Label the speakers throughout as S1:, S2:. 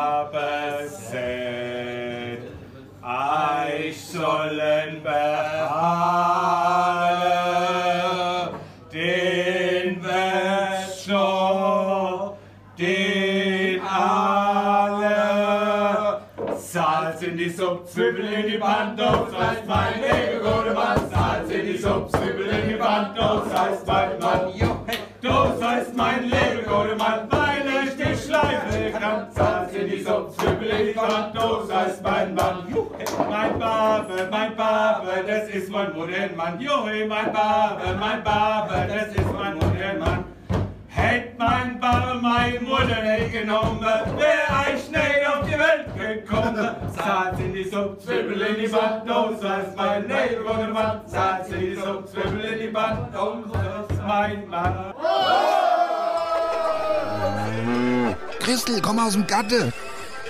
S1: Baba said, Euch sollen behalle den Wettstoff, den alle Salz in die Suppe, Zwiebel in die Pantos, heißt mein Leben, gute Mann. Salz in die Suppe, Zwiebel in die Pantos, heißt mein Mann. Du sollst mein Leben, gute Mann, weil ich dich schleife kann. Salz in die Suppe, Zwiebel in die Wand, du sollst mein Mann. Juhe, mein Babe, mein Babe, das ist mein Modelmann. Juhe, mein Babe, mein Babe, das ist mein Modelmann. Hätt mein Babe, mein Mutter nicht genommen, wär ich nicht auf die Welt gekommen. Salz in die Suppe, Zwiebel in die Wand, du sollst mein Leben, gute Mann. Salz in die Suppe, Zwiebel in die Wand, oh, du sollst mein Mann.
S2: Christel, komm aus dem Gatte.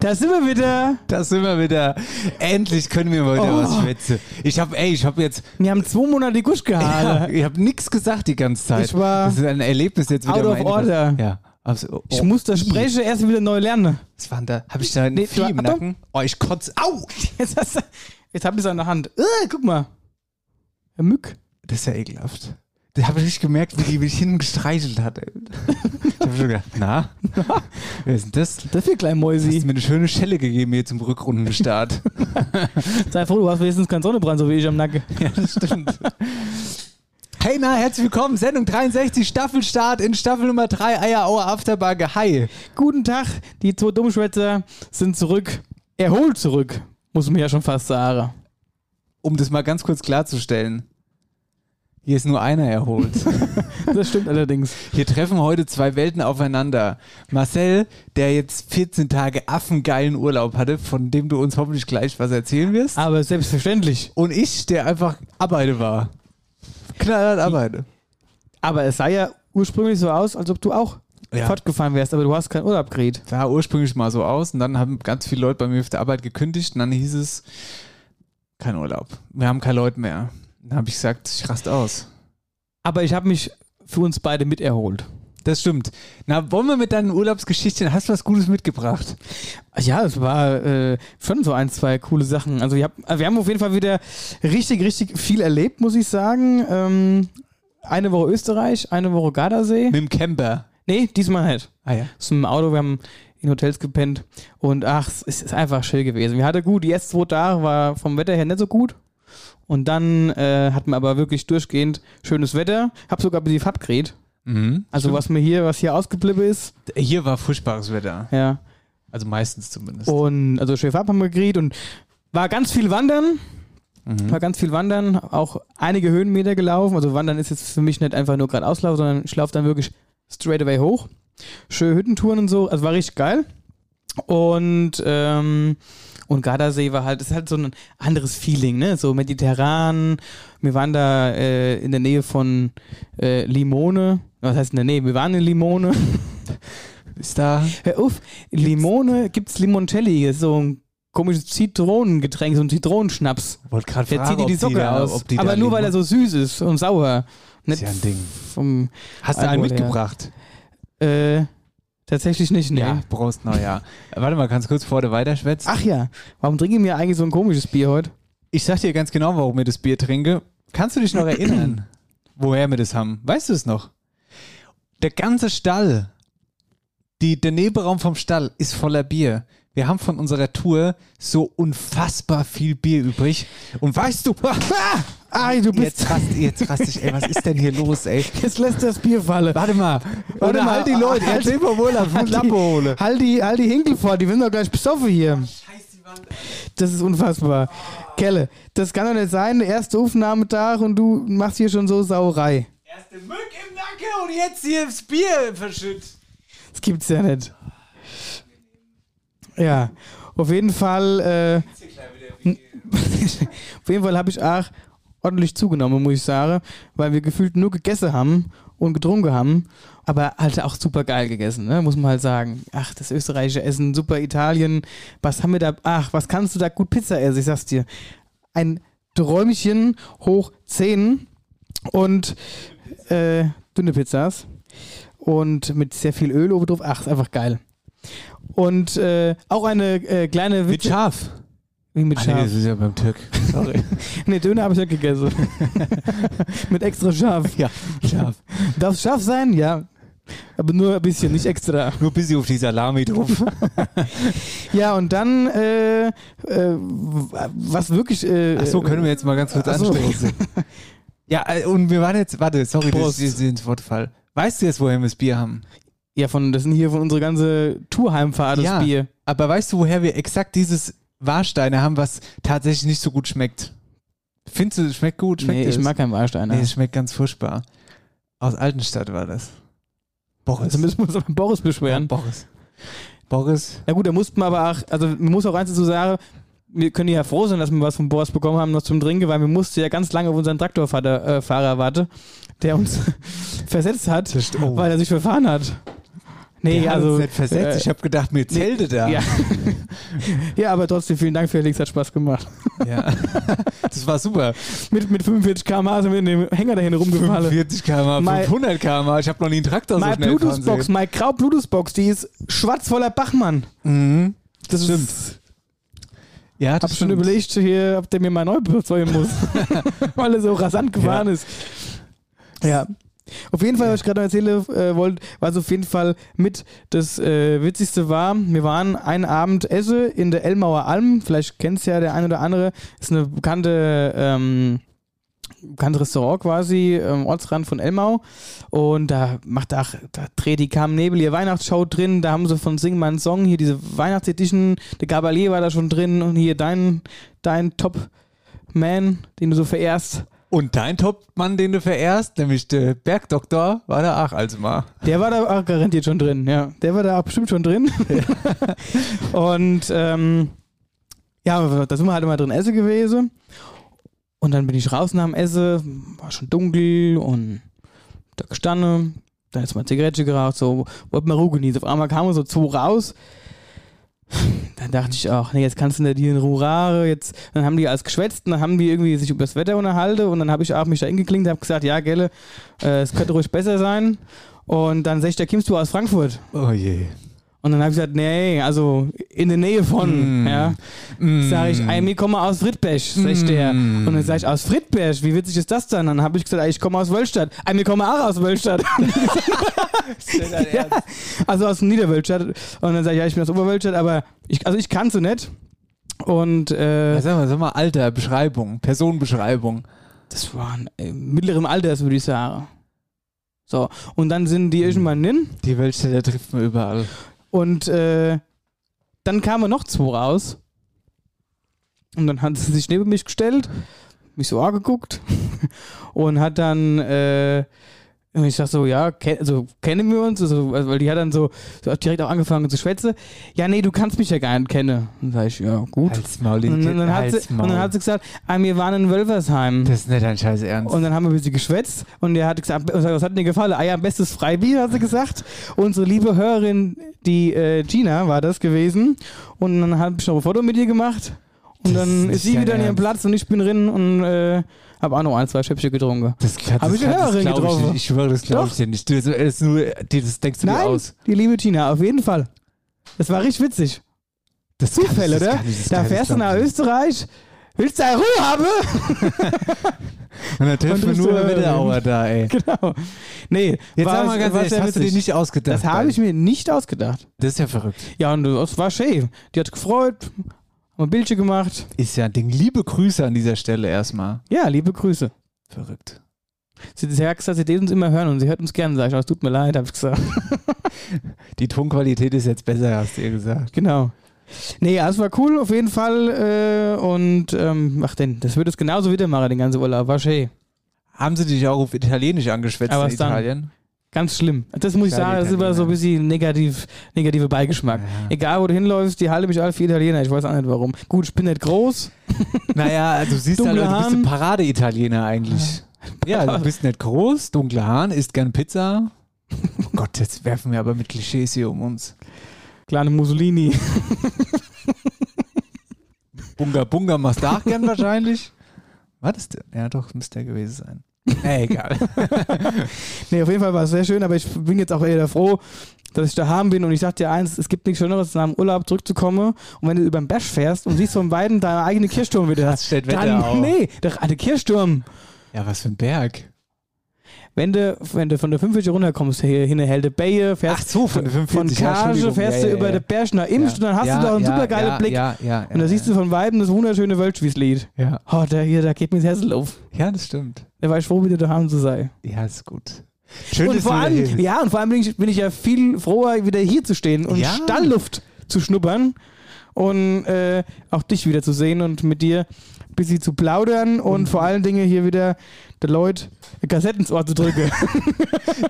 S3: Da sind wir wieder.
S4: Da sind wir wieder. Endlich können wir mal wieder
S3: Oh.
S4: was schwätzen. Ich habe, ey, ich habe jetzt,
S3: Wir haben zwei Monate die Gusch gehabt.
S4: ich habe nichts gesagt die ganze Zeit.
S3: Ich war
S4: das ist ein Erlebnis jetzt wieder.
S3: out of
S4: mal
S3: order.
S4: Ja. Also, oh,
S3: Ich muss das Sprechen erst wieder neu lernen.
S4: Was war denn da? Habe ich da ein
S3: Nee,
S4: Vieh im
S3: warte.
S4: Nacken? Oh, ich kotze. Au!
S3: Jetzt, hast du- jetzt hab ich es an der Hand. Äh, guck mal. Herr Mück.
S4: Das ist ja ekelhaft. Da habe ich nicht gemerkt, wie die mich hingestreichelt hat. ey. da habe ich schon gedacht, na, wer ist denn das?
S3: Das ist klein
S4: Du hast
S3: Mäusi.
S4: mir eine schöne Schelle gegeben hier zum Rückrundenstart.
S3: Sei froh, du hast wenigstens keinen Sonnenbrand, so wie ich am Nacken.
S4: Ja, das stimmt. Hey, na, herzlich willkommen. Sendung 63, Staffelstart in Staffel Nummer 3, Eierauer Afterbarge. Hi.
S3: Guten Tag. Die zwei Dummschwätzer sind zurück. Erholt zurück. Muss man ja schon fast sagen.
S4: Um das mal ganz kurz klarzustellen. Hier ist nur einer erholt.
S3: Das stimmt allerdings.
S4: Hier treffen heute zwei Welten aufeinander. Marcel, der jetzt 14 Tage affengeilen Urlaub hatte, von dem du uns hoffentlich gleich was erzählen wirst.
S3: Aber selbstverständlich.
S4: Und ich, der einfach Arbeite war. Knallhart Arbeite.
S3: Aber es sah ja ursprünglich so aus, als ob du auch
S4: Ja.
S3: fortgefahren wärst, aber du hast keinen Urlaub geredet.
S4: sah ursprünglich mal so aus und dann haben ganz viele Leute bei mir auf der Arbeit gekündigt und dann hieß es, kein Urlaub. Wir haben keine Leute mehr. Dann habe ich gesagt, ich raste aus.
S3: Aber ich habe mich für uns beide miterholt.
S4: Das stimmt. Na, wollen wir mit deinen Urlaubsgeschichten, hast du was Gutes mitgebracht?
S3: Ja, es war äh, schon so ein, zwei coole Sachen. Also wir, hab, wir haben auf jeden Fall wieder richtig, richtig viel erlebt, muss ich sagen. Ähm, eine Woche Österreich, eine Woche Gardasee.
S4: Mit dem Camper.
S3: Nee, diesmal nicht.
S4: Ah ja.
S3: Aus dem Auto, wir haben in Hotels gepennt und ach, es ist einfach schön gewesen. Wir hatten gut, die ersten zwei Tage war vom Wetter her nicht so gut. Und dann äh, hatten wir aber wirklich durchgehend schönes Wetter. Hab sogar ein bisschen Farb geredet.
S4: Mhm.
S3: Also was mir hier, was hier ausgeblieben ist.
S4: Hier war furchtbares Wetter.
S3: Ja.
S4: Also meistens zumindest.
S3: Und also schön Farb haben wir geredet und war ganz viel wandern. War ganz viel wandern, auch einige Höhenmeter gelaufen. Also wandern ist jetzt für mich nicht einfach nur gerade auslaufen, sondern ich laufe dann wirklich straight away hoch. Schöne Hüttentouren und so, also war richtig geil. Und ähm, und Gardasee war halt, ist halt so ein anderes Feeling, ne? So mediterran. Wir waren da äh, in der Nähe von äh, Limone. Was heißt in der Nähe? Wir waren in Limone.
S4: Ist da
S3: Hör auf, Limone gibt's Limoncelli, ist so ein komisches Zitronengetränk, so ein Zitronenschnaps.
S4: wollte gerade
S3: Der zieht dir die Socke aus. aber nur weil er so süß ist und sauer.
S4: ist
S3: Nicht
S4: ja ein Ding.
S3: vom,
S4: Hast du einen
S3: Alkohol, ja.
S4: mitgebracht?
S3: äh, tatsächlich nicht, ne?
S4: Ja, Prost, naja. Warte mal ganz kurz, bevor du weiterschwätzt.
S3: Ach ja, warum trinke ich mir eigentlich so ein komisches Bier heute?
S4: Ich sag dir ganz genau, warum wir das Bier trinke. Kannst du dich noch erinnern, woher wir das haben? Weißt du es noch? Der ganze Stall, die, der Nebenraum vom Stall ist voller Bier. wir haben von unserer Tour so unfassbar viel Bier übrig. Und weißt du, Ah,
S3: Ei, du bist.
S4: jetzt rast, jetzt rast ich, ey, was ist denn hier los, ey?
S3: Jetzt lässt das Bier fallen.
S4: Warte mal, warte
S3: Oder
S4: mal, halt die Leute,
S3: halt-
S4: erzähl mal, wo ich
S3: Halt die-
S4: Lampe hole.
S3: Halt die, halt die Hinkel vor, die werden doch gleich besoffen hier. Das ist unfassbar. Kelle, das kann doch nicht sein. Erster Aufnahmetag und du machst hier schon so Sauerei.
S1: Erste Mück im Nacken und jetzt hier das Bier verschütt.
S3: Das gibt's ja nicht. Ja, auf jeden Fall. Äh, auf jeden Fall habe ich auch ordentlich zugenommen, muss ich sagen, weil wir gefühlt nur gegessen haben und getrunken haben, aber halt auch super geil gegessen, ne? muss man halt sagen. Ach, das österreichische Essen, super Italien. Was haben wir da? Ach, was kannst du da gut Pizza essen? Ich sag's dir. Ein Träumchen hoch 10 und äh, dünne Pizzas und mit sehr viel Öl oben drauf. Ach, ist einfach geil. Und äh, auch eine äh, kleine
S4: Mit
S3: Witze.
S4: Schaf.
S3: Wie mit
S4: Ah, nee,
S3: Schaf.
S4: das ist ja beim Türk. Sorry.
S3: Nee, Döner habe ich nicht gegessen. mit extra scharf.
S4: ja, Schaf.
S3: Darf scharf sein? Ja. Aber nur ein bisschen, nicht extra.
S4: Nur bis sie auf die Salami drauf.
S3: Ja, und dann, äh, äh, w- was wirklich. Äh,
S4: Ach so, können wir jetzt mal ganz kurz
S3: Ach so.
S4: anstoßen. ja, äh, und wir waren jetzt, warte, sorry,
S3: Prost.
S4: das ist ins Wortfall. Weißt du jetzt, woher wir das Bier haben?
S3: äh, Ja, von, das sind hier von unserer ganze Tourheimfahrt, das
S4: Ja.
S3: Bier.
S4: Aber weißt du, woher wir exakt dieses Warsteiner haben, was tatsächlich nicht so gut schmeckt? Findest du, es schmeckt gut? Schmeckt
S3: Nee,
S4: dir
S3: ich
S4: das?
S3: mag keinen Warsteiner.
S4: Nee, es schmeckt ganz furchtbar. Aus Altenstadt war das. Boris.
S3: also müssen wir uns auf Boris
S4: ja,
S3: beschweren.
S4: Boris. Boris.
S3: Na gut, da mussten wir aber auch, also man muss auch eins dazu sagen, wir können ja froh sein, dass wir was von Boris bekommen haben, was zum Trinken, weil wir mussten ja ganz lange auf unseren Traktorfahrer äh, Fahrer warten, der uns versetzt hat,
S4: oh.
S3: weil er sich verfahren hat. Nee,
S4: Der hat
S3: also.
S4: uns nicht
S3: äh,
S4: versetzt. ich habe gedacht, mir Zelte da.
S3: ja. äh, ja, aber trotzdem vielen Dank, Felix, hat Spaß gemacht.
S4: Ja. das war super.
S3: Mit, mit 45 km/h sind wir in dem Hänger dahin rumgefallen.
S4: 45 km,
S3: Mein-
S4: 500 km. Also Ich habe noch nie einen Traktor so
S3: Meine
S4: schnell fahren
S3: Bluetooth-Box,
S4: sehen.
S3: meine grau Bluetooth-Box, die ist schwarz voller Bachmann.
S4: Mhm.
S3: Das
S4: Stimmt.
S3: ist.
S4: Ja,
S3: Hab
S4: das
S3: schon
S4: stimmt.
S3: überlegt, hier, ob der mir mal neu bezeugen muss, weil er so rasant gefahren ist. Ja. Auf jeden Fall, was ich gerade noch erzählen äh, wollte, was auf jeden Fall mit das äh, Witzigste war, wir waren einen Abend essen in der Elmauer Alm, vielleicht kennt es ja der ein oder andere, ist eine bekannte, ähm, bekannte Restaurant quasi, ähm, Ortsrand von Elmau und da macht auch, da dreht die Carmen Nebel ihr Weihnachtsshow drin, da haben sie von Sing meinen Song hier diese Weihnachtsedition, der Gabalier war da schon drin und hier dein, dein Top-Man, den du so verehrst,
S4: Und dein Topmann, den du verehrst, nämlich der Bergdoktor, war da auch als mal.
S3: Der war da auch garantiert schon drin, ja. Der war da auch bestimmt schon drin. und ähm, ja, da sind wir halt immer drin essen gewesen. Und dann bin ich raus nach dem Essen, war schon dunkel und da gestanden, dann ist mal Zigarette geraucht, so, wollte mal Ruhe genießen. Auf einmal kamen so zwei raus. Dann dachte ich auch, nee, jetzt kannst du nicht hier in Rurare, jetzt, dann haben die alles geschwätzt und dann haben die irgendwie sich über das Wetter unterhalten und dann habe ich auch mich da hingeklinkt und habe gesagt, ja, Gelle, äh, es könnte ruhig besser sein. Und dann sag ich, da kommst du aus Frankfurt.
S4: Oh je.
S3: Und dann habe ich gesagt, nee, also in der Nähe von,
S4: Mm.
S3: ja. Sag ich, ey, ich komme aus Friedberg, sag ich der. Und dann sag ich, aus Friedberg, wie witzig ist das dann? Dann habe ich gesagt, ey, ich komme aus Wölstadt. Ey, wir kommen auch aus Wölstadt. ja, also aus Niederwölstadt. Und dann sag ich, ja, ich bin aus Oberwölstadt, aber ich, also ich kann so nicht. Und äh,
S4: Sag mal, sag mal, Alter, Beschreibung, Personenbeschreibung.
S3: das war ein äh, mittlerem Alter, würde ich sagen. So, und dann sind die irgendwann hin.
S4: Die Weltstädter trifft man überall.
S3: Und äh, dann kamen noch zwei raus. Und dann hat sie sich neben mich gestellt, mich so angeguckt und hat dann, äh, und ich sag so, ja, ke also kennen wir uns? Also, also, weil die hat dann so, so direkt auch angefangen zu schwätzen. Ja, nee, du kannst mich ja gar nicht kennen. Dann sag ich, ja, gut.
S4: Halt's Maul,
S3: Und dann, dann, hat
S4: halt's
S3: sie, und dann hat sie gesagt, ah, wir waren in Wölfersheim.
S4: Das ist nicht dein scheiß Ernst.
S3: Und dann haben wir mit sie geschwätzt und er hat gesagt, was hat dir gefallen? Ah ja, bestes Freibier, hat sie gesagt. Unsere liebe Hörerin, die äh, Gina, war das gewesen. Und dann habe ich noch ein Foto mit ihr gemacht. Und
S4: Das
S3: dann
S4: ist
S3: ist sie
S4: ja
S3: wieder an ihrem
S4: ernst.
S3: Platz und ich bin drin und äh, habe auch noch ein, zwei Schöpfchen getrunken.
S4: das das,
S3: Hab ich eine
S4: das
S3: Hörerin
S4: glaub Ich,
S3: getroffen?
S4: nicht. ich schwöre, das glaube ich
S3: Doch.
S4: dir nicht. Das, das, ist nur, das denkst du dir
S3: Nein,
S4: aus.
S3: die liebe Gina, auf jeden Fall. Das war richtig witzig.
S4: Das kann
S3: Zufälle,
S4: ich, das
S3: oder?
S4: kann ich, das
S3: Da
S4: kann ich,
S3: fährst du
S4: glaub
S3: nach
S4: ich nicht.
S3: Österreich, willst du eine Ruhe haben?
S4: Und da treffen
S3: Und du
S4: wir
S3: bist
S4: nur
S3: der
S4: Wetterauer da, ey.
S3: Genau. Nee,
S4: Jetzt
S3: war-
S4: sag mal ganz
S3: war
S4: ehrlich,
S3: sehr
S4: das hast du dir
S3: witzig.
S4: nicht ausgedacht.
S3: Das habe ich mir nicht ausgedacht.
S4: Das ist ja verrückt.
S3: Ja, und das war schön. Die hat gefreut, haben ein Bildchen gemacht.
S4: Ist ja ein Ding. Liebe Grüße an dieser Stelle erstmal.
S3: Ja, liebe Grüße.
S4: Verrückt.
S3: Sie sie hat gesagt, sie darf uns immer hören und sie hört uns gerne. Sag ich, aber es tut mir leid, habe ich gesagt.
S4: Die Tonqualität ist jetzt besser, hast du ihr gesagt.
S3: Genau. Nee, ja, es war cool auf jeden Fall. Äh, und ähm, ach denn, das würde es genauso wieder machen, den ganzen Urlaub. War schön.
S4: Haben sie dich auch auf Italienisch angeschwätzt
S3: Aber
S4: in
S3: was dann?
S4: Italien?
S3: Ganz schlimm. Das muss ich
S4: Kleine
S3: sagen, das ist immer
S4: Italiener.
S3: so ein bisschen negativ, negative Beigeschmack. Egal, wo du hinläufst, die halten mich alle für Italiener. Ich weiß auch nicht warum. Gut, ich bin nicht groß.
S4: Naja, also du siehst halt,
S3: Dunkle
S4: du bist ein
S3: Haaren.
S4: Parade-Italiener eigentlich. Ja, du bist nicht groß, dunkle Haaren, isst gern Pizza. Oh Gott, jetzt werfen wir aber mit Klischees hier um uns.
S3: Kleine Mussolini.
S4: Bunga Bunga machst du auch gern wahrscheinlich. War das der? Ja, doch, müsste der gewesen sein. Na, egal.
S3: Nee, auf jeden Fall war es sehr schön, aber ich bin jetzt auch eher froh, dass ich daheim bin und ich dachte dir eins, es gibt nichts Schöneres, nach dem Urlaub zurückzukommen und wenn du über den Bash fährst und siehst von Weiden deine eigene Kirchturm wieder.
S4: Das steht Wetter auf.
S3: dann, nee, der, der Kirchturm.
S4: Ja, was für ein Berg.
S3: Wenn du, wenn du von der 50 runterkommst, hier hin hält der Baye, fährst
S4: so, von der
S3: von
S4: 45, ja,
S3: Karge,
S4: Entschuldigung.
S3: fährst
S4: Ja,
S3: du
S4: ja,
S3: über
S4: ja.
S3: den Berg nach Imst und dann hast
S4: ja,
S3: du doch einen
S4: ja,
S3: supergeilen
S4: ja,
S3: Blick.
S4: Ja, ja, ja,
S3: und da siehst du von Weiben das wunderschöne Wölschwieslied.
S4: Ja.
S3: Oh, da, hier, da geht mir das Herz auf.
S4: ja, das stimmt.
S3: Da war ich froh, wieder daheim zu sein.
S4: Ja, ist gut. Schön,
S3: und
S4: dass
S3: vor
S4: du
S3: allem,
S4: hier bist.
S3: ja, und vor allem bin ich, bin ich ja viel froher, wieder hier zu stehen und
S4: Ja.
S3: Stallluft zu schnuppern und äh, auch dich wieder zu sehen und mit dir ein bisschen zu plaudern und vor allen Dingen hier wieder der Leute Kassetten ins Ohr zu drücken.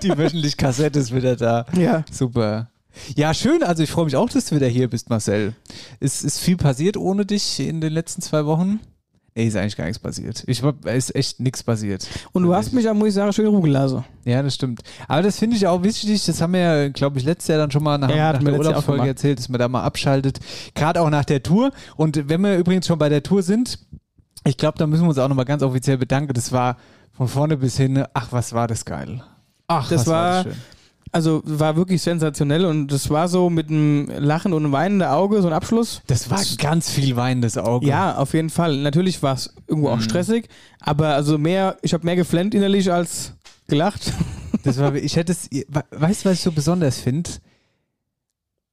S4: Die wöchentliche Kassette ist wieder da.
S3: ja.
S4: Super. Ja, schön. Also ich freue mich auch, dass du wieder hier bist, Marcel. Es ist viel passiert ohne dich in den letzten zwei Wochen. Nee, ist eigentlich gar nichts passiert. Ich hab, es ist echt nichts passiert.
S3: Und du hast mich, ja, muss ich sagen, schön ruhen gelassen.
S4: Ja, das stimmt. Aber das finde ich auch wichtig. Das haben wir ja, glaube ich, letztes Jahr dann schon mal nach,
S3: Ja,
S4: nach
S3: hatten wir letztes
S4: der
S3: Jahr auch
S4: Urlaubsfolge
S3: gemacht.
S4: erzählt, dass man da mal abschaltet. Gerade auch nach der Tour. Und wenn wir übrigens schon bei der Tour sind, ich glaube, da müssen wir uns auch nochmal ganz offiziell bedanken. Das war von vorne bis hin, ach, was war das geil. Ach,
S3: Das
S4: was
S3: war-
S4: schön.
S3: Also war wirklich sensationell und das war so mit einem Lachen und einem weinenden Auge so ein Abschluss.
S4: Das war ganz viel weinendes Auge.
S3: Ja, Mhm. auf jeden Fall. Natürlich war es irgendwo auch stressig, aber also mehr, ich habe mehr geflennt innerlich als gelacht.
S4: Das war, ich hätte es, we- weißt du, was ich so besonders finde?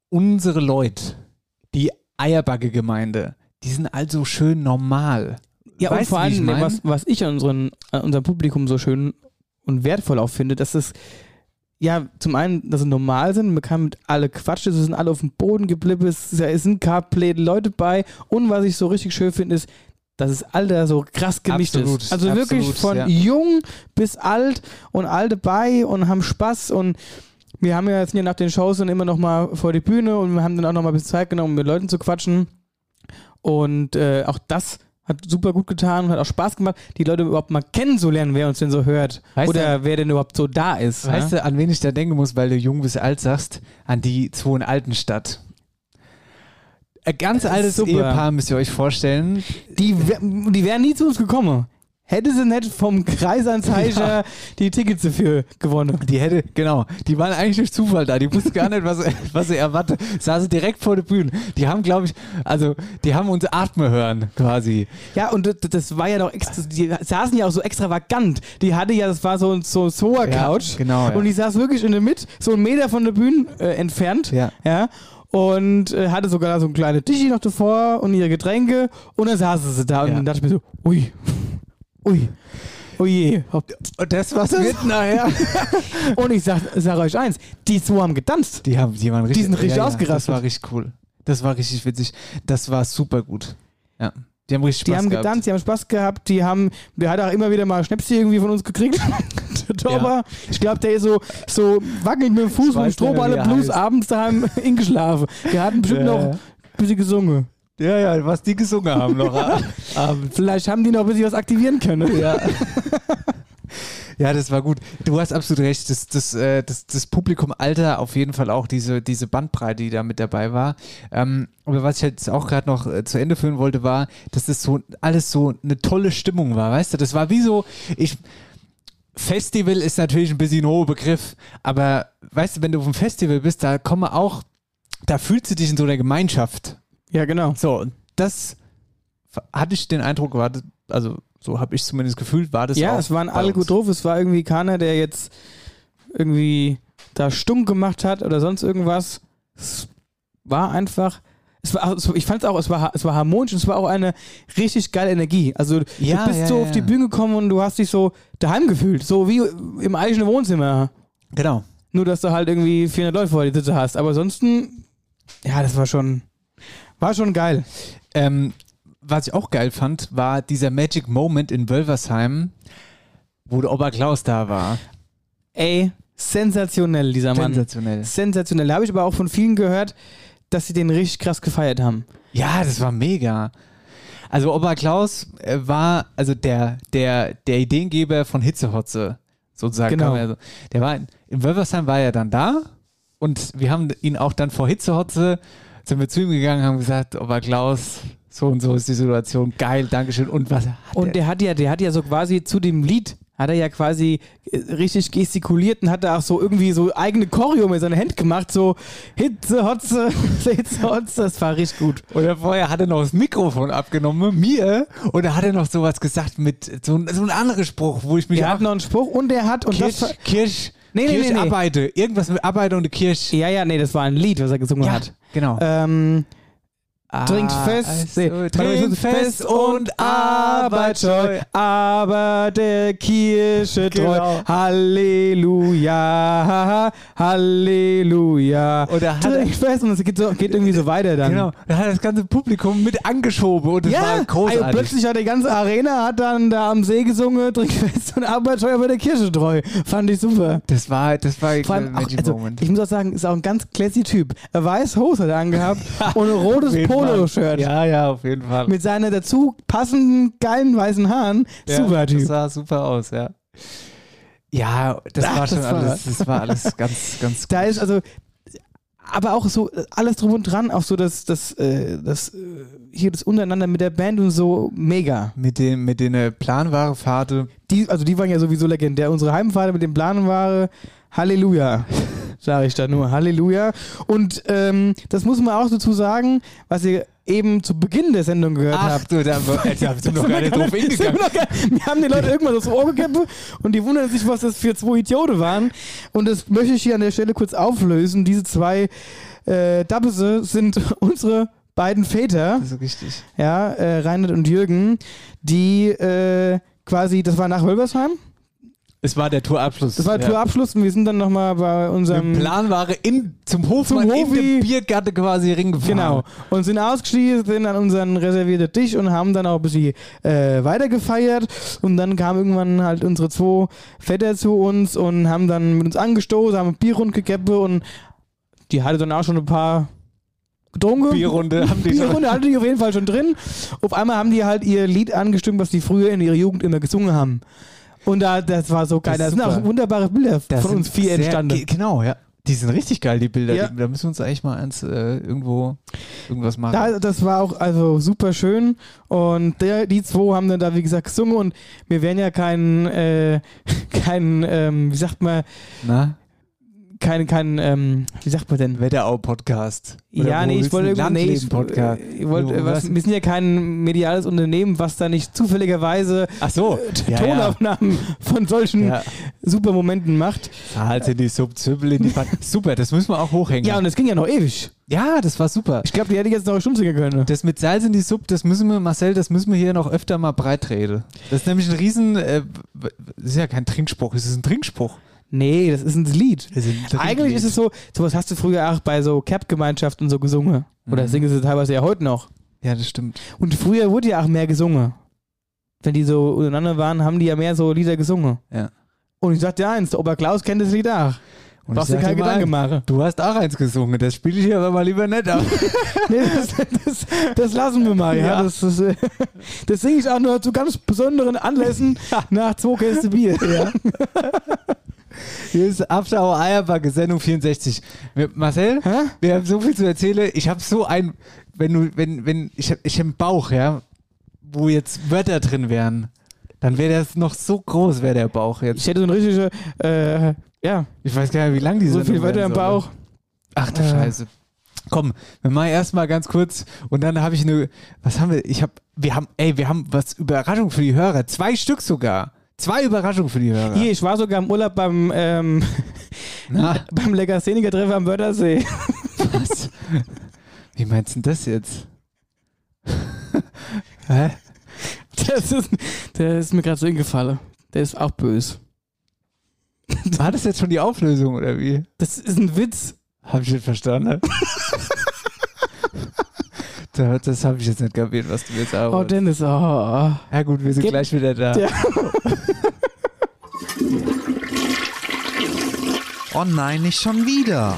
S4: Unsere Leute, die Eierbacke-Gemeinde, die sind also schön normal.
S3: Ja,
S4: Weißt du,
S3: und vor
S4: wie
S3: allem, ne,
S4: ich mein?
S3: was, was ich an, unseren, an unserem Publikum so schön und wertvoll auch finde, dass es, ja, zum einen, dass sie normal sind, man kann mit alle quatschen, sie sind alle auf dem Boden geblieben, es ist- es sind Carplay Leute bei und was ich so richtig schön finde, ist, dass es Alter so krass gemischt
S4: Absolut,
S3: ist. Also wirklich
S4: absolut,
S3: von
S4: ja.
S3: jung bis alt und alle dabei und haben Spaß und wir haben ja jetzt hier nach den Shows dann immer noch mal vor die Bühne und wir haben dann auch noch mal ein bisschen Zeit genommen, um mit Leuten zu quatschen. Und äh, auch das hat super gut getan und hat auch Spaß gemacht, die Leute überhaupt mal kennenzulernen, wer uns denn so hört.
S4: Weißt
S3: oder wer denn überhaupt so da ist. ne?
S4: Weißt
S3: ja?
S4: du, an wen ich da denken muss, weil du jung bis alt sagst? An die zwei in Altenstadt. Ein ganz altes
S3: super.
S4: Ehepaar müsst ihr euch vorstellen.
S3: Die, wär- die wären nie zu uns gekommen. Hätte sie nicht vom Kreisanzeiger die Tickets dafür gewonnen.
S4: Die hätte, genau, die waren eigentlich durch Zufall da. Die wussten gar nicht, was, was sie erwartet. Saßen direkt vor der Bühne. Die haben, glaube ich, also, die haben uns atmen hören, quasi.
S3: Ja, und das, das war ja noch extra, die saßen ja auch so extravagant. Die hatte ja, das war so ein so soa
S4: Ja,
S3: couch
S4: genau, ja.
S3: Und die saß wirklich in der Mitte, so einen Meter von der Bühne äh, entfernt.
S4: Ja.
S3: ja. Und äh, hatte sogar so ein kleines Tischi noch davor und ihre Getränke. Und dann saßen sie da. Und
S4: Ja.
S3: dann dachte ich mir so, ui, ui, ui.
S4: Und das, was wird nachher.
S3: Und ich sag, sag euch eins, die zwei haben getanzt.
S4: Die haben die waren richtig,
S3: sind richtig
S4: Das
S3: ausgerastet.
S4: war richtig cool. Das war richtig witzig. Das war super gut. Ja. Die haben richtig
S3: Die
S4: Spaß
S3: haben
S4: gehabt.
S3: getanzt, die haben Spaß gehabt, die haben, der hat auch immer wieder mal Schnäpsi irgendwie von uns gekriegt. der Torber, ich glaube, der ist so, so wackelt mit dem
S4: Ich
S3: Fuß
S4: weiß
S3: und
S4: nicht mehr, wie
S3: Strohballe
S4: der
S3: Blues
S4: heißt.
S3: abends daheim hingeschlafen. Der hat bestimmt
S4: Ja,
S3: noch
S4: ja.
S3: ein bisschen gesungen.
S4: Ja, ja, was die gesungen haben noch abends.
S3: Vielleicht haben die noch ein bisschen was aktivieren können.
S4: Ja. ja, das war gut. Du hast absolut recht. Das, das, äh, das, das Publikum Alter auf jeden Fall auch diese, diese Bandbreite, die da mit dabei war. Ähm, aber was ich jetzt auch gerade noch äh, zu Ende führen wollte, war, dass das so alles so eine tolle Stimmung war, weißt du? Das war wie so, ich. Festival ist natürlich ein bisschen ein hoher Begriff, aber weißt du, wenn du auf dem Festival bist, da komme auch, da fühlst du dich in so einer Gemeinschaft.
S3: Ja, genau.
S4: So, und das f- hatte ich den Eindruck, war, das- also So habe ich zumindest gefühlt, war das
S3: ja,
S4: auch
S3: es waren
S4: bei
S3: alle
S4: uns.
S3: gut drauf. Es war irgendwie keiner, der jetzt irgendwie da stumm gemacht hat oder sonst irgendwas. Es war einfach. Es war, also ich fand es auch, es war, es war harmonisch und es war auch eine richtig geile Energie. Also
S4: Ja,
S3: du bist
S4: ja,
S3: so
S4: ja,
S3: auf die
S4: ja.
S3: Bühne gekommen und du hast dich so daheim gefühlt, so wie im eigenen Wohnzimmer.
S4: Genau.
S3: Nur, dass du halt irgendwie 400 Leute vor dir sitzen hast. Aber ansonsten, ja, das war schon, war schon geil.
S4: Ähm, was ich auch geil fand, war dieser Magic Moment in Wölversheim, wo der Opa Klaus da war.
S3: Ey, sensationell, dieser Mann.
S4: Sensationell.
S3: Sensationell. Habe ich aber auch von vielen gehört, dass sie den richtig krass gefeiert haben.
S4: Ja, das war mega. Also Opa Klaus äh, war also der, der, der Ideengeber von Hitzehotze, sozusagen.
S3: Genau.
S4: kann man ja so- Der war in, in Wölversheim war er dann da und wir haben ihn auch dann vor Hitzehotze, sind wir zu ihm gegangen, haben gesagt, Opa Klaus, so und so ist die Situation, geil, Dankeschön. Und was hat
S3: Und der hat ja, der hat ja so quasi zu dem Lied, hat er ja quasi äh, richtig gestikuliert und hat da auch so irgendwie so eigene Choreo mit seiner Hand gemacht, so Hitze, Hotze, Hitze, Hotze, das war richtig gut.
S4: Oder vorher hat er noch das Mikrofon abgenommen, ne, mir, und da hat er noch sowas gesagt mit so, so ein anderer Spruch, wo ich mich
S3: Der
S4: auch-
S3: hat noch einen Spruch und der hat, und
S4: Kirsch,
S3: das war,
S4: Kirsch,
S3: Nee, nee,
S4: Kirsch
S3: nee, nee.
S4: Arbeite, irgendwas mit Arbeite und Kirsch.
S3: ja, ja, nee, das war ein Lied, was er gesungen hat.
S4: genau.
S3: Ähm, Trinkt
S4: Ah,
S3: fest,
S4: also,
S3: nee, warte mal, ich
S4: trinkt
S3: muss-
S4: fest und arbeitsscheu.
S3: aber der Kirche treu.
S4: Genau.
S3: Halleluja, Halleluja.
S4: Oder hat er-
S3: trinkt fest und es geht, so, geht irgendwie so weiter dann.
S4: Genau, da hat das ganze Publikum mit angeschoben und das
S3: Ja,
S4: war großartig.
S3: also plötzlich hat die ganze Arena hat dann da am See gesungen, trinkt fest und arbeitsscheu, aber der Kirche treu. Fand ich super.
S4: das war, das war
S3: Vor allem
S4: ein
S3: auch,
S4: Magic
S3: also,
S4: Moment.
S3: ich muss auch sagen, ist auch ein ganz classy Typ. Er weiß Hose hat er angehabt und ein
S4: Auf
S3: rotes
S4: jeden Fall.
S3: Poloshirt.
S4: Ja, ja, auf jeden Fall.
S3: mit seinen dazu passenden geilen weißen Haaren.
S4: ja,
S3: Super
S4: Das
S3: Typ.
S4: sah super aus, ja. Ja, das
S3: Ach,
S4: war
S3: das
S4: schon
S3: war-
S4: alles, das war alles ganz, ganz
S3: Da ist also, aber auch so alles drum und dran, auch so das, das, äh, das, äh, hier das untereinander mit der Band und so mega.
S4: mit den, mit den äh, planbaren Fahrten.
S3: Die, also die waren ja sowieso legendär. Unsere Heimfahrt mit dem Planenware, Halleluja. Sage ich da nur, Halleluja. Und ähm, das muss man auch dazu sagen, was ihr eben zu Beginn der Sendung gehört habt.
S4: du, da, da sind wir noch gar nicht drauf
S3: Sind
S4: hingegangen.
S3: wir noch gar- Wir haben den Leuten irgendwann aufs Ohr gekämpft und die wundern sich, was das für zwei Idioten waren. Und das möchte ich hier an der Stelle kurz auflösen. Diese zwei äh, Dabbese sind unsere beiden Väter,
S4: Das ist Also richtig.
S3: ja, äh, Reinhard und Jürgen, die äh, quasi, das war nach Wölbersheim,
S4: Es war der Tourabschluss.
S3: das war der Tourabschluss und wir sind dann nochmal bei unserem...
S4: Planware in, zum Hofmann
S3: Ähm, Zum
S4: in
S3: Hofi.
S4: den Biergarten quasi ringefahren.
S3: Genau. Und sind ausgestiegen, sind an unseren reservierten Tisch und haben dann auch ein bisschen äh, weitergefeiert. Und dann kamen irgendwann halt unsere zwei Väter zu uns und haben dann mit uns angestoßen, haben ein Bier rundgekäppe und die hatte dann auch schon ein paar getrunken.
S4: Bierrunde haben die schon.
S3: Bierrunde hatte die auf jeden Fall schon drin. Auf einmal haben die halt ihr Lied angestimmt, was die früher in ihrer Jugend immer gesungen haben. Und da, das war so geil.
S4: Das
S3: Da
S4: ist
S3: sind auch
S4: super.
S3: wunderbare Bilder
S4: Das
S3: von
S4: sind
S3: uns vier
S4: sehr-
S3: entstanden.
S4: ge- Genau, ja. Die sind richtig geil, die Bilder.
S3: Ja.
S4: Die, da müssen wir uns eigentlich mal eins äh, irgendwo irgendwas machen.
S3: Da, das war auch also super schön und der, die zwei haben dann da wie gesagt gesungen und wir wären ja kein äh, kein ähm, wie sagt man
S4: Na?
S3: kein kein ähm, wie sagt man denn
S4: Wetterau-Podcast.
S3: ja nee ich wollte irgendwie nee, ich,
S4: Podcast.
S3: ich wollte äh, was,
S4: was?
S3: wir sind ja kein mediales Unternehmen was da nicht zufälligerweise
S4: Ach so. Ja, ja.
S3: Tonaufnahmen von solchen
S4: Ja.
S3: super Momenten macht
S4: Halte die Subzübel in die Pfanne. Super, das müssen wir auch hochhängen.
S3: ja und es ging ja noch ewig
S4: Ja, das war super.
S3: ich glaube die hätte ich jetzt noch ne? eine Stunde singen können
S4: Das mit Salz in die Suppe, das müssen wir, Marcel, das müssen wir hier noch öfter mal breitreden. Das ist nämlich ein Riesen. Äh, das ist ja kein Trinkspruch, es ist ein Trinkspruch.
S3: nee das ist ein Lied
S4: Das ist ein Trinklied.
S3: Eigentlich ist es so, sowas hast du früher auch bei so Cap-Gemeinschaften so gesungen.
S4: Mhm.
S3: Oder singen sie teilweise ja heute noch.
S4: Ja, das stimmt.
S3: Und früher wurde ja auch mehr gesungen. Wenn die so untereinander waren, haben die ja mehr so Lieder gesungen.
S4: Ja.
S3: Und ich sagte eins, der Opa Klaus kennt das Lied auch.
S4: Und
S3: Brauchst
S4: ich
S3: dir
S4: sag
S3: keine
S4: dir mal
S3: Gedanken
S4: eins,
S3: machen.
S4: Du hast auch eins gesungen, das spiele ich hier aber mal lieber nicht ab.
S3: Nee, das, das, das lassen wir mal. Ja.
S4: Ja.
S3: Das, das, äh, das singe ich auch nur zu ganz besonderen Anlässen nach zwei Käste Bier.
S4: hier ist Afterhour Eierbacke, Sendung 64. Wir, Marcel,
S3: Hä?
S4: wir haben so viel zu erzählen. Ich habe so ein, wenn du, wenn, wenn, ich habe ich hab einen Bauch, ja, wo jetzt Wörter drin wären. Dann wäre das noch so groß, wäre der Bauch jetzt.
S3: Ich hätte so ein richtige, äh, ja,
S4: Ich weiß gar nicht, wie lang die
S3: so
S4: Sendung
S3: viel weiter
S4: werden
S3: im
S4: soll. ne?
S3: Bauch.
S4: Ach du
S3: Äh.
S4: Scheiße. Komm, wir machen erstmal ganz kurz und dann habe ich eine. Was haben wir? Ich habe wir haben, ey, wir haben was Überraschung für die Hörer. Zwei Stück sogar. Zwei Überraschungen für die Hörer.
S3: Hier, ich war sogar im Urlaub beim, ähm,
S4: Na,
S3: beim Legastheniker-Treffen am Wörthersee.
S4: was? Wie meinst du denn das jetzt? Hä?
S3: Das ist, der ist mir gerade so hingefallen. Der ist auch böse.
S4: War das jetzt schon die Auflösung oder wie?
S3: Das ist ein Witz.
S4: Hab ich nicht verstanden. Da- das habe ich jetzt nicht kapiert, was du mir sagen
S3: Oh,
S4: wolltest.
S3: Dennis, oh.
S4: Ja gut, wir sind
S3: Gib-
S4: gleich wieder da.
S3: Ja.
S5: Oh nein, nicht schon wieder.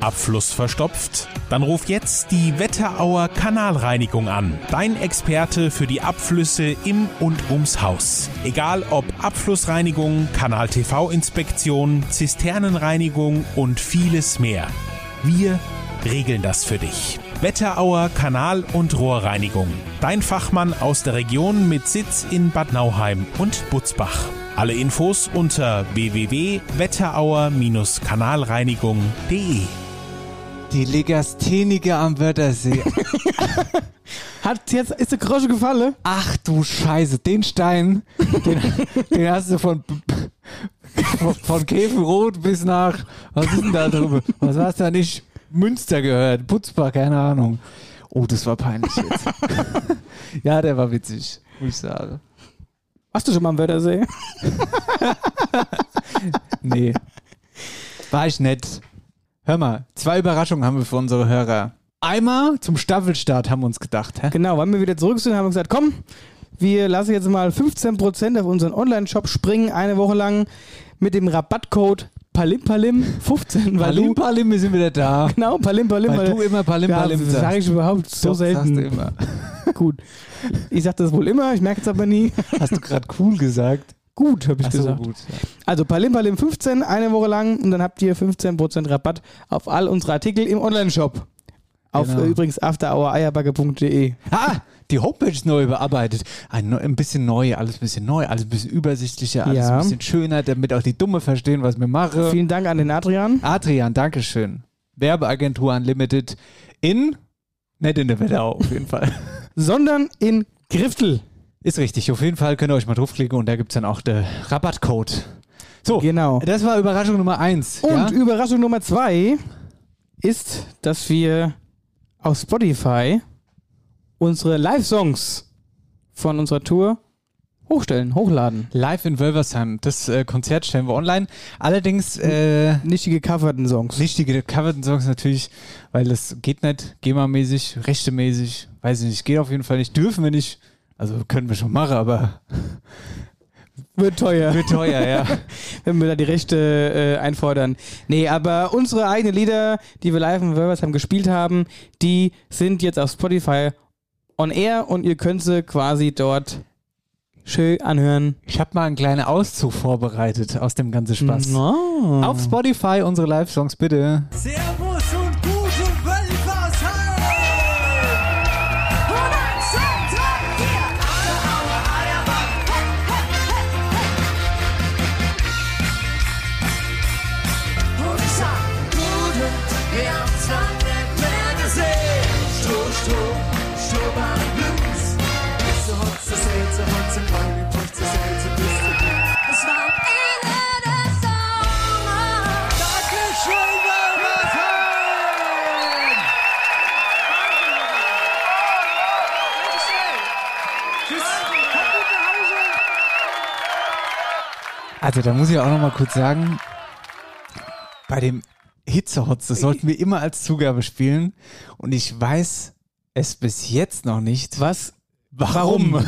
S6: Abfluss verstopft? Dann ruf jetzt die Wetterauer Kanalreinigung an. Dein Experte für die Abflüsse im und ums Haus. Egal ob Abflussreinigung, Kanal-TV-Inspektion, Zisternenreinigung und vieles mehr. Wir regeln das für dich. Wetterauer Kanal- und Rohrreinigung. Dein Fachmann aus der Region mit Sitz in Bad Nauheim und Butzbach. Alle Infos unter www.wetterauer-kanalreinigung.de.
S4: Die Legastheniker am Wörthersee.
S3: Hat jetzt, ist der Grosche gefallen?
S4: Ach du Scheiße, den Stein, den, den hast du von, von, von Käfenrot bis nach, was ist denn da drüber? Was hast du da nicht? Münster gehört, Putzbar, keine Ahnung. Oh, das war peinlich jetzt. ja, der war witzig, muss ich sagen.
S3: Warst du schon mal am Wörthersee?
S4: Nee. War ich nett. Hör mal, zwei Überraschungen haben wir für unsere Hörer. Einmal zum Staffelstart haben wir uns gedacht, hä?
S3: Genau, weil wir wieder zurück sind, haben wir gesagt, komm, wir lassen jetzt mal 15% auf unseren Online-Shop springen, eine Woche lang mit dem Rabattcode PALIMPALIM15, weil
S4: Palim,
S3: du...
S4: Palim, wir sind wieder da.
S3: Genau, PALIMPALIM.
S4: Weil du immer Palim,
S3: ja,
S4: Palim
S3: das
S4: sagst.
S3: sage ich überhaupt so
S4: Doch, Sagst du
S3: selten.
S4: immer.
S3: Gut. Ich sage das wohl immer, ich merke es aber nie.
S4: Hast du gerade cool gesagt?
S3: Gut, habe ich
S4: Ach so,
S3: gesagt.
S4: gut.
S3: Also Palim Palim 15, eine Woche lang und dann habt ihr 15% Rabatt auf all unsere Artikel im Onlineshop. Auf
S4: Genau.
S3: äh, übrigens afterhoureierbacke.de.
S4: Ah, die Homepage ist neu überarbeitet. Ein, neu- ein bisschen neu, alles ein bisschen neu, alles ein bisschen übersichtlicher, alles
S3: Ja.
S4: ein bisschen schöner, damit auch die Dumme verstehen, was wir machen.
S3: Vielen Dank an den Adrian.
S4: Adrian, Dankeschön. Werbeagentur Unlimited in, nicht in der Wetterau auf jeden Fall.
S3: Sondern in Griftel.
S4: Ist richtig, auf jeden Fall könnt ihr euch mal draufklicken und da gibt es dann auch den Rabattcode. So,
S3: Genau.
S4: das war Überraschung Nummer eins.
S3: Und
S4: Oh. ja?
S3: Überraschung Nummer zwei ist, dass wir auf Spotify unsere Live-Songs von unserer Tour hochstellen, hochladen.
S4: Live in Wölversheim, das äh, Konzert stellen wir online. Allerdings äh,
S3: Nicht die gecoverten Songs.
S4: Nicht die gecoverten Songs natürlich, weil das geht nicht, GEMA-mäßig, rechtemäßig, weiß ich nicht, geht auf jeden Fall nicht, dürfen wir nicht. Also können wir schon machen, aber
S3: Wird teuer.
S4: wird teuer, ja.
S3: wenn wir da die Rechte äh, einfordern. Nee, aber unsere eigenen Lieder, die wir live im Wölversheim gespielt haben, die sind jetzt auf Spotify on air und ihr könnt sie quasi dort schön anhören.
S4: Ich habe mal einen kleinen Auszug vorbereitet aus dem ganzen Spaß.
S3: No.
S4: Auf Spotify unsere Live-Songs bitte.
S7: Servus und gute Wölfersheim! 100 Cent, 3, 4, alle Aue, Eierback, hey, hey, hey, hey. Und ich sag, Gute, wir haben's lang nicht mehr gesehen. Stroh, Stroh, Stroh bei den Blues. Hitze, Hotze, Selze, Hotze, Palme, Putze, Selze, Piste, Es war am Ende des Sommers. Dankeschön, Wölfersheim! Dankeschön! Tschüss! Kommt gut nach Hause!
S4: Also da muss ich auch nochmal kurz sagen, bei dem Hitzehotz, das sollten wir immer als Zugabe spielen und ich weiß es bis jetzt noch nicht.
S3: Was?
S4: Warum?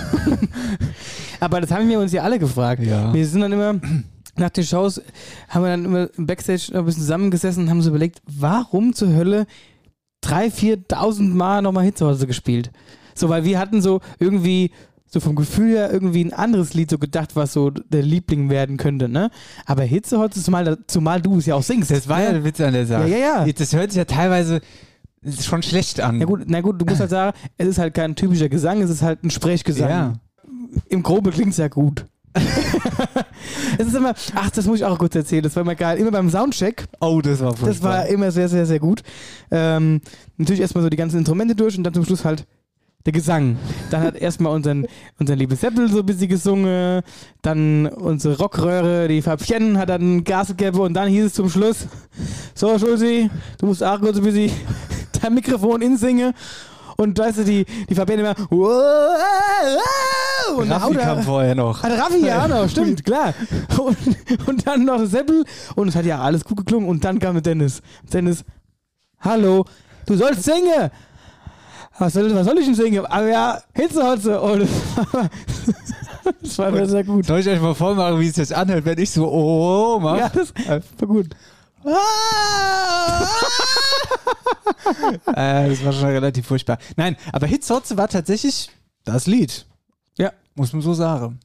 S3: Aber das haben wir uns ja alle gefragt.
S4: Ja.
S3: Wir sind dann immer nach den Shows, haben wir dann immer im Backstage noch ein bisschen zusammengesessen und haben uns überlegt, warum zur Hölle 3.000, 4.000 Mal nochmal Hitzehose gespielt. So, weil wir hatten so irgendwie, so vom Gefühl her, irgendwie ein anderes Lied so gedacht, was so der Liebling werden könnte, ne? Aber Hitzehose, zumal, zumal du es ja auch singst.
S4: Das war ja der Witz an der Sache.
S3: Ja, ja, ja.
S4: Das hört sich ja teilweise schon schlecht an.
S3: Na gut, na gut, du musst halt sagen, es ist halt kein typischer Gesang, es ist halt ein Sprechgesang.
S4: Ja.
S3: im Groben klingt's ja gut. es ist immer, ach, das muss ich auch kurz erzählen, das war immer geil. Immer beim Soundcheck,
S4: Oh, das war
S3: das war immer sehr, sehr, sehr gut. Ähm, natürlich erstmal so die ganzen Instrumente durch und dann zum Schluss halt Der Gesang. Dann hat erstmal unseren, unseren lieben Seppel so ein bisschen gesungen. Dann unsere Rockröhre, die Fabienne, hat dann Gas gegeben. Und dann hieß es zum Schluss: So, Schulzi, du musst auch kurz ein bisschen dein Mikrofon insingen. Und weißt du, die, die Fabienne immer. "Wow!" Und dann
S4: Raffi
S3: haut er-
S4: kam vorher noch.
S3: hat Raffi ja auch noch, stimmt, klar. Und, und dann noch Seppel und es hat ja alles gut geklungen und dann kam Dennis. Dennis, hallo, du sollst singen. Was soll, was soll ich denn singen? Aber ja, Hitzehotze. Und das war sehr, sehr gut.
S4: Soll ich euch mal vormachen, wie es sich anhört, wenn ich so oh mache?
S3: Ja, das war gut. Ah!
S4: äh, das war schon relativ furchtbar. Nein, aber Hitzhotze war tatsächlich das Lied.
S3: Ja.
S4: Muss man so sagen.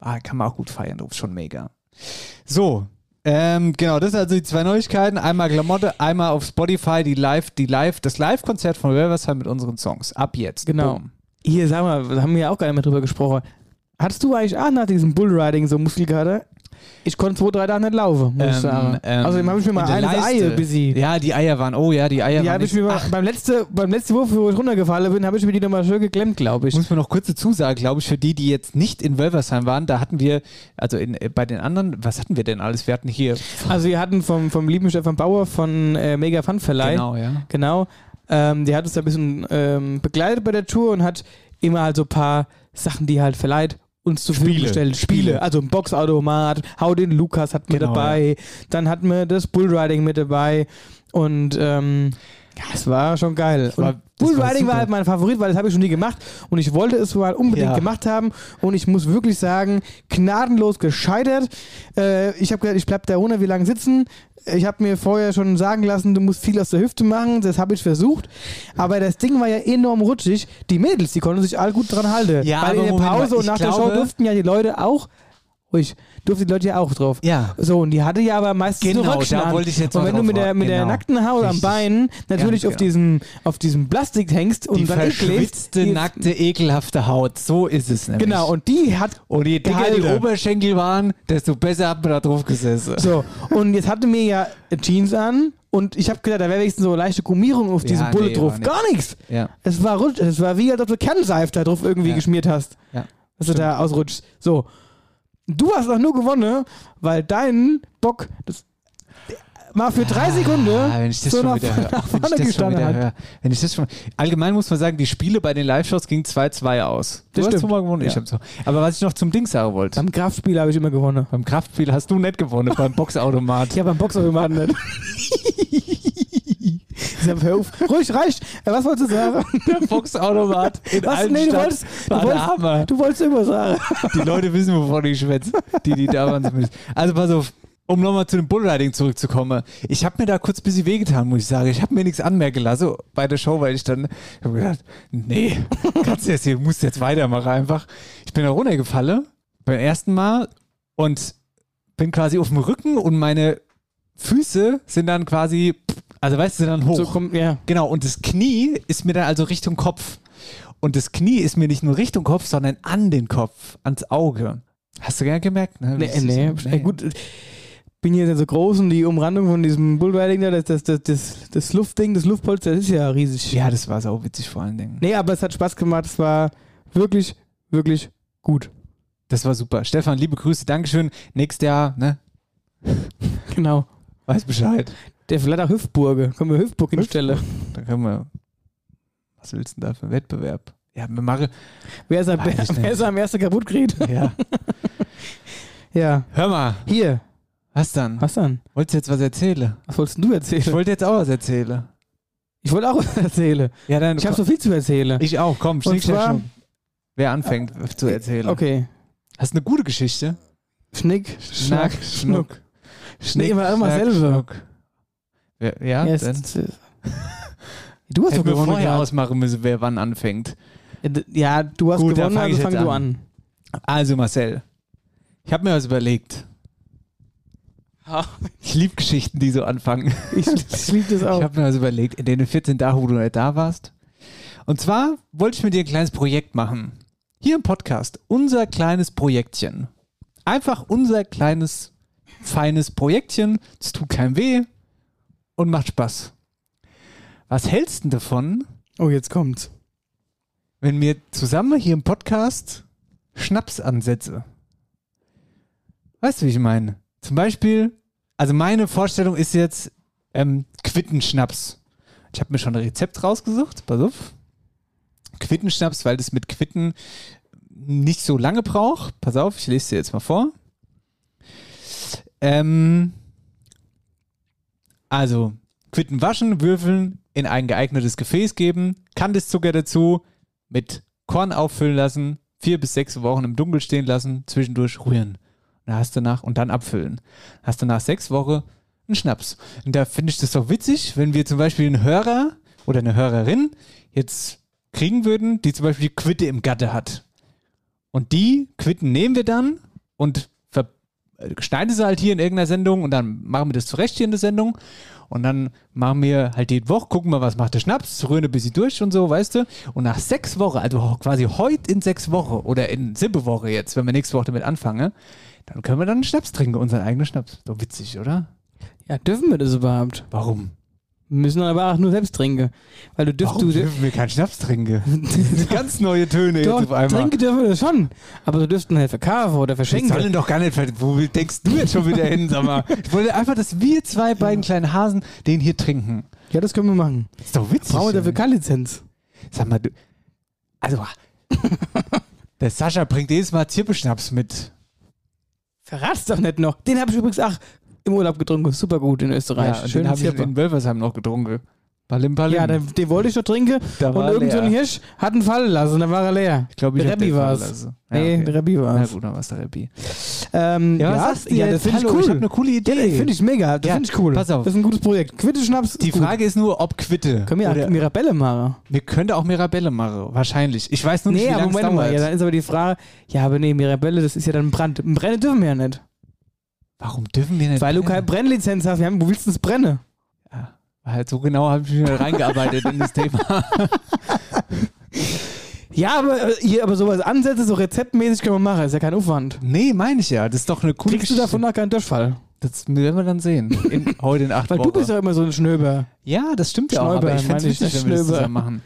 S4: Ah, kann man auch gut feiern, drauf, schon mega. So, ähm, genau, das sind also die zwei Neuigkeiten. Einmal Glamotte, einmal auf Spotify die Live, die Live, das Live-Konzert von Riverside mit unseren Songs. Ab jetzt.
S3: Genau.
S4: Boom.
S3: Hier, sag mal, da haben wir ja auch gar nicht mehr drüber gesprochen. Hattest du eigentlich auch nach diesem Bullriding so Muskelkater? Ich konnte zwei, drei Tage nicht laufen, muss ich
S4: Ähm,
S3: sagen.
S4: ähm,
S3: Außerdem habe ich mir mal
S4: in der
S3: eine
S4: Leiste.
S3: Eier busy.
S4: Ja, die Eier waren, oh ja, die Eier
S3: Ja,
S4: waren.
S3: hab ich
S4: echt-
S3: mir mal,
S4: Ach,
S3: beim, letzte, beim letzten Wurf, wo ich runtergefallen bin, habe ich mir die nochmal schön geklemmt, glaube ich.
S4: Muss man noch kurz dazu sagen, glaube ich, für die, die jetzt nicht in Wölversheim waren, da hatten wir, also in, äh, bei den anderen, was hatten wir denn alles? Wir hatten hier.
S3: Also wir hatten vom, vom lieben Stefan Bauer von äh, Mega Fun Verleih, genau,
S4: ja.
S3: ähm, der hat uns da ein bisschen ähm, begleitet bei der Tour und hat immer halt so ein paar Sachen, die halt verleiht, uns zur Verfügung
S4: Spiele.
S3: gestellt. Spiele,
S4: Spiele.
S3: also ein Boxautomat, Hau den Lukas hatten wir
S4: Genau,
S3: dabei, dann hatten wir das Bullriding mit dabei und ähm, ja, es war schon geil.
S4: war-
S3: und
S4: das war
S3: Bullriding war,
S4: super.
S3: halt mein Favorit, weil das habe ich schon nie gemacht und ich wollte es mal unbedingt
S4: Ja.
S3: gemacht haben und ich muss wirklich sagen, gnadenlos gescheitert. Äh, ich habe gedacht, ich bleib da ohne wie lange sitzen. Ich habe mir vorher schon sagen lassen, du musst viel aus der Hüfte machen, das habe ich versucht, aber das Ding war ja enorm rutschig. Die Mädels, die konnten sich all gut dran halten.
S4: Ja,
S3: weil
S4: aber
S3: in der
S4: Moment mal,
S3: Pause und
S4: ich
S3: nach der Show
S4: glaube-
S3: durften ja die Leute auch ruhig, durften die Leute ja auch drauf.
S4: Ja.
S3: So, und die hatte ja aber meistens
S4: Genau,
S3: nur Röckchen
S4: da
S3: an.
S4: wollte ich jetzt
S3: Und
S4: mal
S3: wenn du
S4: drauf
S3: mit der,
S4: warten,
S3: mit der
S4: genau.
S3: nackten Haut am
S4: Richtig.
S3: Bein natürlich
S4: Ganz
S3: auf,
S4: genau.
S3: diesem, auf diesem Plastik hängst und
S4: die
S3: dann ekligst.
S4: verschwitzte, nackte, ekelhafte Haut. So ist es nämlich.
S3: Genau, und die hat
S4: Und je dicker die
S3: Gehalte.
S4: Oberschenkel waren, desto besser hat man da drauf gesessen.
S3: So, und jetzt hatte mir ja Jeans an und ich habe gedacht, da wäre wenigstens so eine leichte Gummierung auf diesem
S4: nee,
S3: Bullet
S4: war
S3: drauf.
S4: nix.
S3: Gar nichts.
S4: Ja.
S3: Es war rutsch, es war wie, als ob du Kernseife da drauf irgendwie
S4: Ja.
S3: geschmiert hast.
S4: Ja.
S3: Dass du da ausrutschst. So. Du hast doch nur gewonnen, weil dein Bock das mal für drei Sekunden
S4: Ah, wenn ich das
S3: so
S4: schon
S3: nach,
S4: wieder höre.
S3: nach vorne
S4: Wenn ich das schon
S3: gestanden
S4: wieder
S3: hat.
S4: höre. Wenn ich das schon Allgemein muss man sagen, die Spiele bei den Live-Shows gingen 2-2 aus. Du
S3: Das
S4: hast
S3: stimmt.
S4: zweimal gewonnen, ich
S3: Ja.
S4: hab so. Aber was ich noch zum Ding sagen wollte.
S3: Beim Kraftspiel habe ich immer gewonnen.
S4: Beim Kraftspiel hast du nicht gewonnen, beim Boxautomat.
S3: Ich habe beim Boxautomaten nicht. Ich hab, hör auf. Ruhig, reicht. Äh, Was wolltest du sagen?
S4: Der Boxautomat in
S3: Was? Nee, du
S4: Altenstadt
S3: wolltest, du,
S4: war der Hammer.
S3: wolltest, du wolltest immer sagen.
S4: Die Leute wissen, wovon ich schwätze. Die, die da waren zumindest. Also pass auf, um nochmal zu dem Bullriding zurückzukommen. Ich habe mir da kurz ein bisschen wehgetan, muss ich sagen. Ich habe mir nichts anmerken lassen bei der Show, weil ich dann ich hab gedacht, nee, kannst du jetzt hier, musst jetzt weitermachen einfach. Ich bin da runtergefallen beim ersten Mal und bin quasi auf dem Rücken und meine Füße sind dann quasi, also weißt du, sind dann hoch.
S3: kommt, ja.
S4: Genau, und das Knie ist mir dann also Richtung Kopf. Und das Knie ist mir nicht nur Richtung Kopf, sondern an den Kopf, ans Auge. Hast du gern gemerkt, ne?
S3: Nee,
S4: Das ist-
S3: nee, Ey, gut. äh, Bin hier sehr so groß und die Umrandung von diesem Bullriding da, das, das, das, das, das Luftding, das Luftpolster, das ist ja riesig.
S4: Ja, das war so witzig vor allen Dingen.
S3: Nee, aber es hat Spaß gemacht. Es war wirklich, wirklich gut.
S4: Das war super. Stefan, liebe Grüße, Dankeschön. Nächstes Jahr, ne?
S3: Genau.
S4: Weiß Bescheid.
S3: Der Flatter Hüftburge. Können wir Hüftburg hinstellen?
S4: Dann können wir. Was willst du denn da für einen Wettbewerb? Ja, wir machen.
S3: Wer ist am,
S4: Weiß ich
S3: wer ist am ersten kaputt geht?
S4: Ja.
S3: Ja.
S4: Hör mal,
S3: Hier.
S4: was dann?
S3: Was dann?
S4: Wolltest du jetzt was erzählen?
S3: Was wolltest du erzählen?
S4: Ich wollte jetzt auch was erzählen.
S3: Ich wollte auch was erzählen.
S4: Ja, dann.
S3: Ich habe so viel zu erzählen.
S4: ich auch, komm, schnick, schnack,
S3: zwar-
S4: schnuck. Wer anfängt zu erzählen?
S3: Okay.
S4: Hast du eine gute Geschichte?
S3: Schnick, Schnack, Schnuck.
S4: Schnick,
S3: immer- immer
S4: schnack,
S3: selber.
S4: schnuck. Wer- Ja,
S3: Ja,
S4: ja
S3: es-
S4: dann
S3: es- du hast doch
S4: hätten wir
S3: gewonnen.
S4: vorher
S3: gehabt.
S4: ausmachen müssen, wer wann anfängt.
S3: Ja, du hast
S4: Gut, dann
S3: gewonnen,
S4: fang
S3: also
S4: ich
S3: fang
S4: jetzt
S3: du
S4: an.
S3: an.
S4: Also Marcel, ich habe mir was überlegt. Ich liebe Geschichten, die so anfangen.
S3: Ich, ich liebe das auch.
S4: Ich habe mir was überlegt, in den 14 Tagen, wo du nicht da warst. Und zwar wollte ich mit dir ein kleines Projekt machen. Hier im Podcast, unser kleines Projektchen. Einfach unser kleines, feines Projektchen. Es tut keinem weh und macht Spaß. Was hältst du denn davon,
S3: oh, jetzt kommt's.
S4: wenn wir zusammen hier im Podcast Schnaps ansetze. Weißt du, wie ich meine? Zum Beispiel, also meine Vorstellung ist jetzt ähm, Quittenschnaps. Ich habe mir schon ein Rezept rausgesucht, pass auf. Quittenschnaps, weil das mit Quitten nicht so lange braucht. Pass auf, ich lese dir jetzt mal vor. Ähm, also, Quitten waschen, würfeln, in ein geeignetes Gefäß geben, Kandiszucker dazu, mit Korn auffüllen lassen, vier bis sechs Wochen im Dunkeln stehen lassen, zwischendurch rühren. Und dann hast du nach und dann abfüllen. Hast du nach sechs Wochen einen Schnaps. Und da finde ich das doch witzig, wenn wir zum Beispiel einen Hörer oder eine Hörerin jetzt kriegen würden, die zum Beispiel die Quitte im Gatte hat. Und die Quitten nehmen wir dann und ver äh, schneiden sie halt hier in irgendeiner Sendung und dann machen wir das zurecht hier in der Sendung. Und dann machen wir halt jede Woche, gucken wir, was macht der Schnaps, rühren ein bisschen durch und so, weißt du. Und nach sechs Wochen, also ho- quasi heute in sechs Wochen oder in sieben Woche jetzt, wenn wir nächste Woche damit anfangen, dann können wir dann einen Schnaps trinken, unseren eigenen Schnaps. Doch witzig, oder?
S3: Ja, dürfen wir das überhaupt?
S4: Warum?
S3: Müssen dann aber auch nur selbst trinken. Weil du dürft
S4: Warum
S3: du.
S4: dürfen wir keinen Schnaps trinken? Ganz neue Töne jetzt auf
S3: Doch,
S4: einmal.
S3: trinken dürfen wir das schon. Aber du dürften halt verkaufen oder
S4: Ich soll
S3: verschenken.
S4: ihn doch gar nicht. ver- Wo denkst du jetzt schon wieder hin, sag mal? Ich wollte einfach, dass wir zwei beiden kleinen Hasen den hier trinken.
S3: Ja, das können wir machen.
S4: Ist doch witzig.
S3: Brauchen wir
S4: oder?
S3: dafür keine Lizenz.
S4: Sag mal, du. Also. der Sascha bringt jedes Mal Zirbeschnaps mit.
S3: Verrat's doch nicht noch. Den habe ich übrigens auch im Urlaub getrunken. Super gut in Österreich.
S4: und
S3: Schön
S4: den habe ich
S3: Zirpe.
S4: in Wölfersheim noch getrunken. Balim, balim.
S3: ja, den, den wollte ich doch trinken.
S4: Da
S3: Und
S4: war
S3: irgend so ein
S4: leer.
S3: Hirsch hat einen Fall lassen und dann war er leer.
S4: Ich glaube, ich
S3: der
S4: hab
S3: Rabbi
S4: den
S3: war's.
S4: verlassen. Ja,
S3: Nee,
S4: okay.
S3: der Rabbi war
S4: Na
S3: es.
S4: gut, dann war es der Rabbi.
S3: Ähm,
S4: Ja, was sagst du
S3: ja das
S4: jetzt?
S3: finde ich
S4: Hallo,
S3: cool.
S4: ich hab eine coole Idee.
S3: Ja, finde ich mega. Das
S4: Ja,
S3: finde ich cool.
S4: pass auf.
S3: Das ist ein gutes Projekt. Quitteschnaps.
S4: Die
S3: ist gut.
S4: Frage ist nur, ob Quitte.
S3: Können wir
S4: oder,
S3: auch Mirabelle machen?
S4: wir könnten auch Mirabelle machen. Wahrscheinlich. Ich weiß nur nicht,
S3: nee,
S4: wie
S3: aber
S4: lange es
S3: Moment mal.
S4: dauert.
S3: Ja, dann ist aber die Frage, ja, aber nee, Mirabelle, das ist ja dann ein Brand. Ein Brennen dürfen wir ja nicht.
S4: Warum dürfen wir nicht?
S3: Weil du
S4: brennen?
S3: keine Brennlizenz hast. Wir haben, wo willst du das brennen?
S4: Halt, so genau habe ich mich nicht reingearbeitet in das Thema.
S3: Ja, aber, äh, hier, aber sowas Ansätze, so rezeptmäßig können wir machen. Ist ja kein Aufwand.
S4: Nee, meine ich ja. Das ist doch eine coole
S3: Kriegst du davon noch keinen Durchfall?
S4: Das werden wir dann sehen. In, heute in acht
S3: Weil
S4: Wochen.
S3: du bist ja immer so ein Schnöber.
S4: ja, das stimmt ja auch.
S3: Schnäuber,
S4: Aber ich finde es
S3: meine ich,
S4: wichtig,
S3: nicht
S4: wenn wir das
S3: Schnöber.
S4: zusammen machen.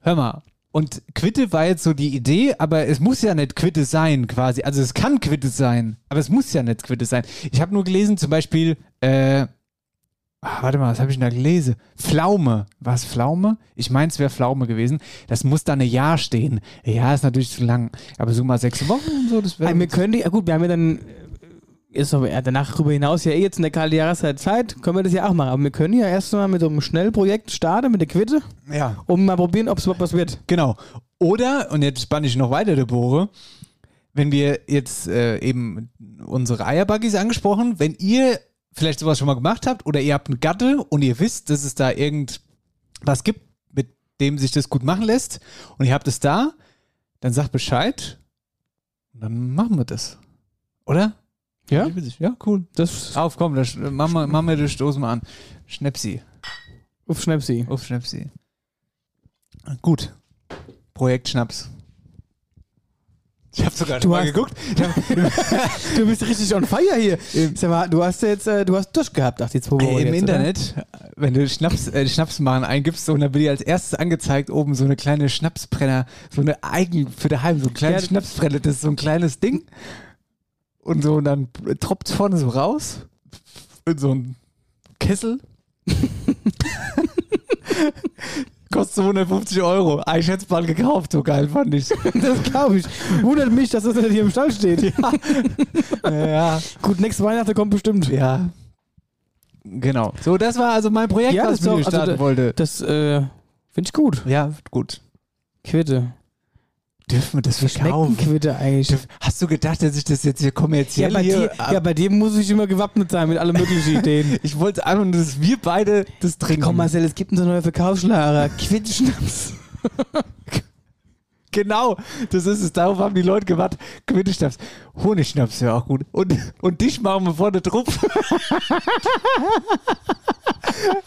S4: Hör mal. Und Quitte war jetzt so die Idee, aber es muss ja nicht Quitte sein, quasi. Also es kann Quitte sein, aber es muss ja nicht Quitte sein. Ich habe nur gelesen, zum Beispiel, äh, Ah, warte mal, was habe ich denn da gelesen? Pflaume. War es Pflaume? Ich meine, es wäre Pflaume gewesen. Das muss da eine Jahr stehen. Ja, ist natürlich zu lang. Aber so mal sechs Wochen und so,
S3: Ja,
S4: das wäre.
S3: Äh, wir können die, ja gut, wir haben ja dann, äh, ist aber ja, danach darüber hinaus ja eh jetzt in der kalten Jahreszeit Zeit, können wir das ja auch machen. Aber wir können ja erst mal mit so einem Schnellprojekt starten, mit der Quitte,
S4: Ja,
S3: um mal probieren, ob es überhaupt was wird.
S4: genau. Oder, und jetzt spanne ich noch weiter, der Bohre, wenn wir jetzt äh, eben unsere Eierbuggies angesprochen, wenn ihr vielleicht sowas schon mal gemacht habt oder ihr habt einen Gatte und ihr wisst, dass es da irgendwas gibt, mit dem sich das gut machen lässt und ihr habt es da, dann sagt Bescheid und dann machen wir das. Oder?
S3: Ja?
S4: Ja, cool.
S3: Das
S4: Auf, komm, das, machen, wir, machen wir das Stoß mal an. Schnäpsi,
S3: auf Schnäpsi.
S4: auf Schnäpsi. Gut. Projekt Schnaps. Ich habe sogar schon
S3: Du
S4: mal
S3: hast-
S4: geguckt. Ich hab,
S3: Du bist richtig on fire hier. Sag mal, du hast ja jetzt, äh, du hast durchgehabt, ach, die zwei Wochen
S4: Im
S3: Oh, jetzt,
S4: Internet, wenn du Schnaps, äh, Schnaps machen eingibst, so, und dann wird dir als erstes angezeigt oben so eine kleine Schnapsbrenner, so eine eigen für daheim, so ein kleines
S3: Ja.
S4: Schnapsbrenner, das ist so ein kleines Ding. Und so, und dann tropft vorne so raus in so einen Kessel. Kostet so 150 Euro. Ah, Ich hätte es bald gekauft, so geil fand ich.
S3: Oder? Das glaube ich. Wundert mich, dass das nicht hier im Stall steht.
S4: ja,
S3: Gut, nächste Weihnachten kommt bestimmt.
S4: ja. Genau. So, das war also mein Projekt,
S3: Ja,
S4: was
S3: das
S4: ich mit
S3: ist
S4: dir
S3: doch- also
S4: starten
S3: da-
S4: wollte.
S3: Das äh, finde ich gut.
S4: Ja, gut.
S3: Quitte.
S4: Dürfen wir das
S3: Schmecken
S4: verkaufen?
S3: Quitte eigentlich.
S4: Dürf- Hast du gedacht, dass ich das jetzt hier
S3: Ja
S4: kommerziell
S3: bei, dir,
S4: hier...
S3: ja, bei dir muss ich immer gewappnet sein mit allen möglichen Ideen.
S4: ich wollte einfach nur, dass wir beide das trinken.
S3: Komm Marcel, es gibt einen so neuen Verkaufsschlager. Quittschnaps.
S4: Genau, das ist es. Darauf haben die Leute gewartet. Quitteschnaps. Honigschnaps wäre auch gut. Und, und dich machen wir vorne drauf.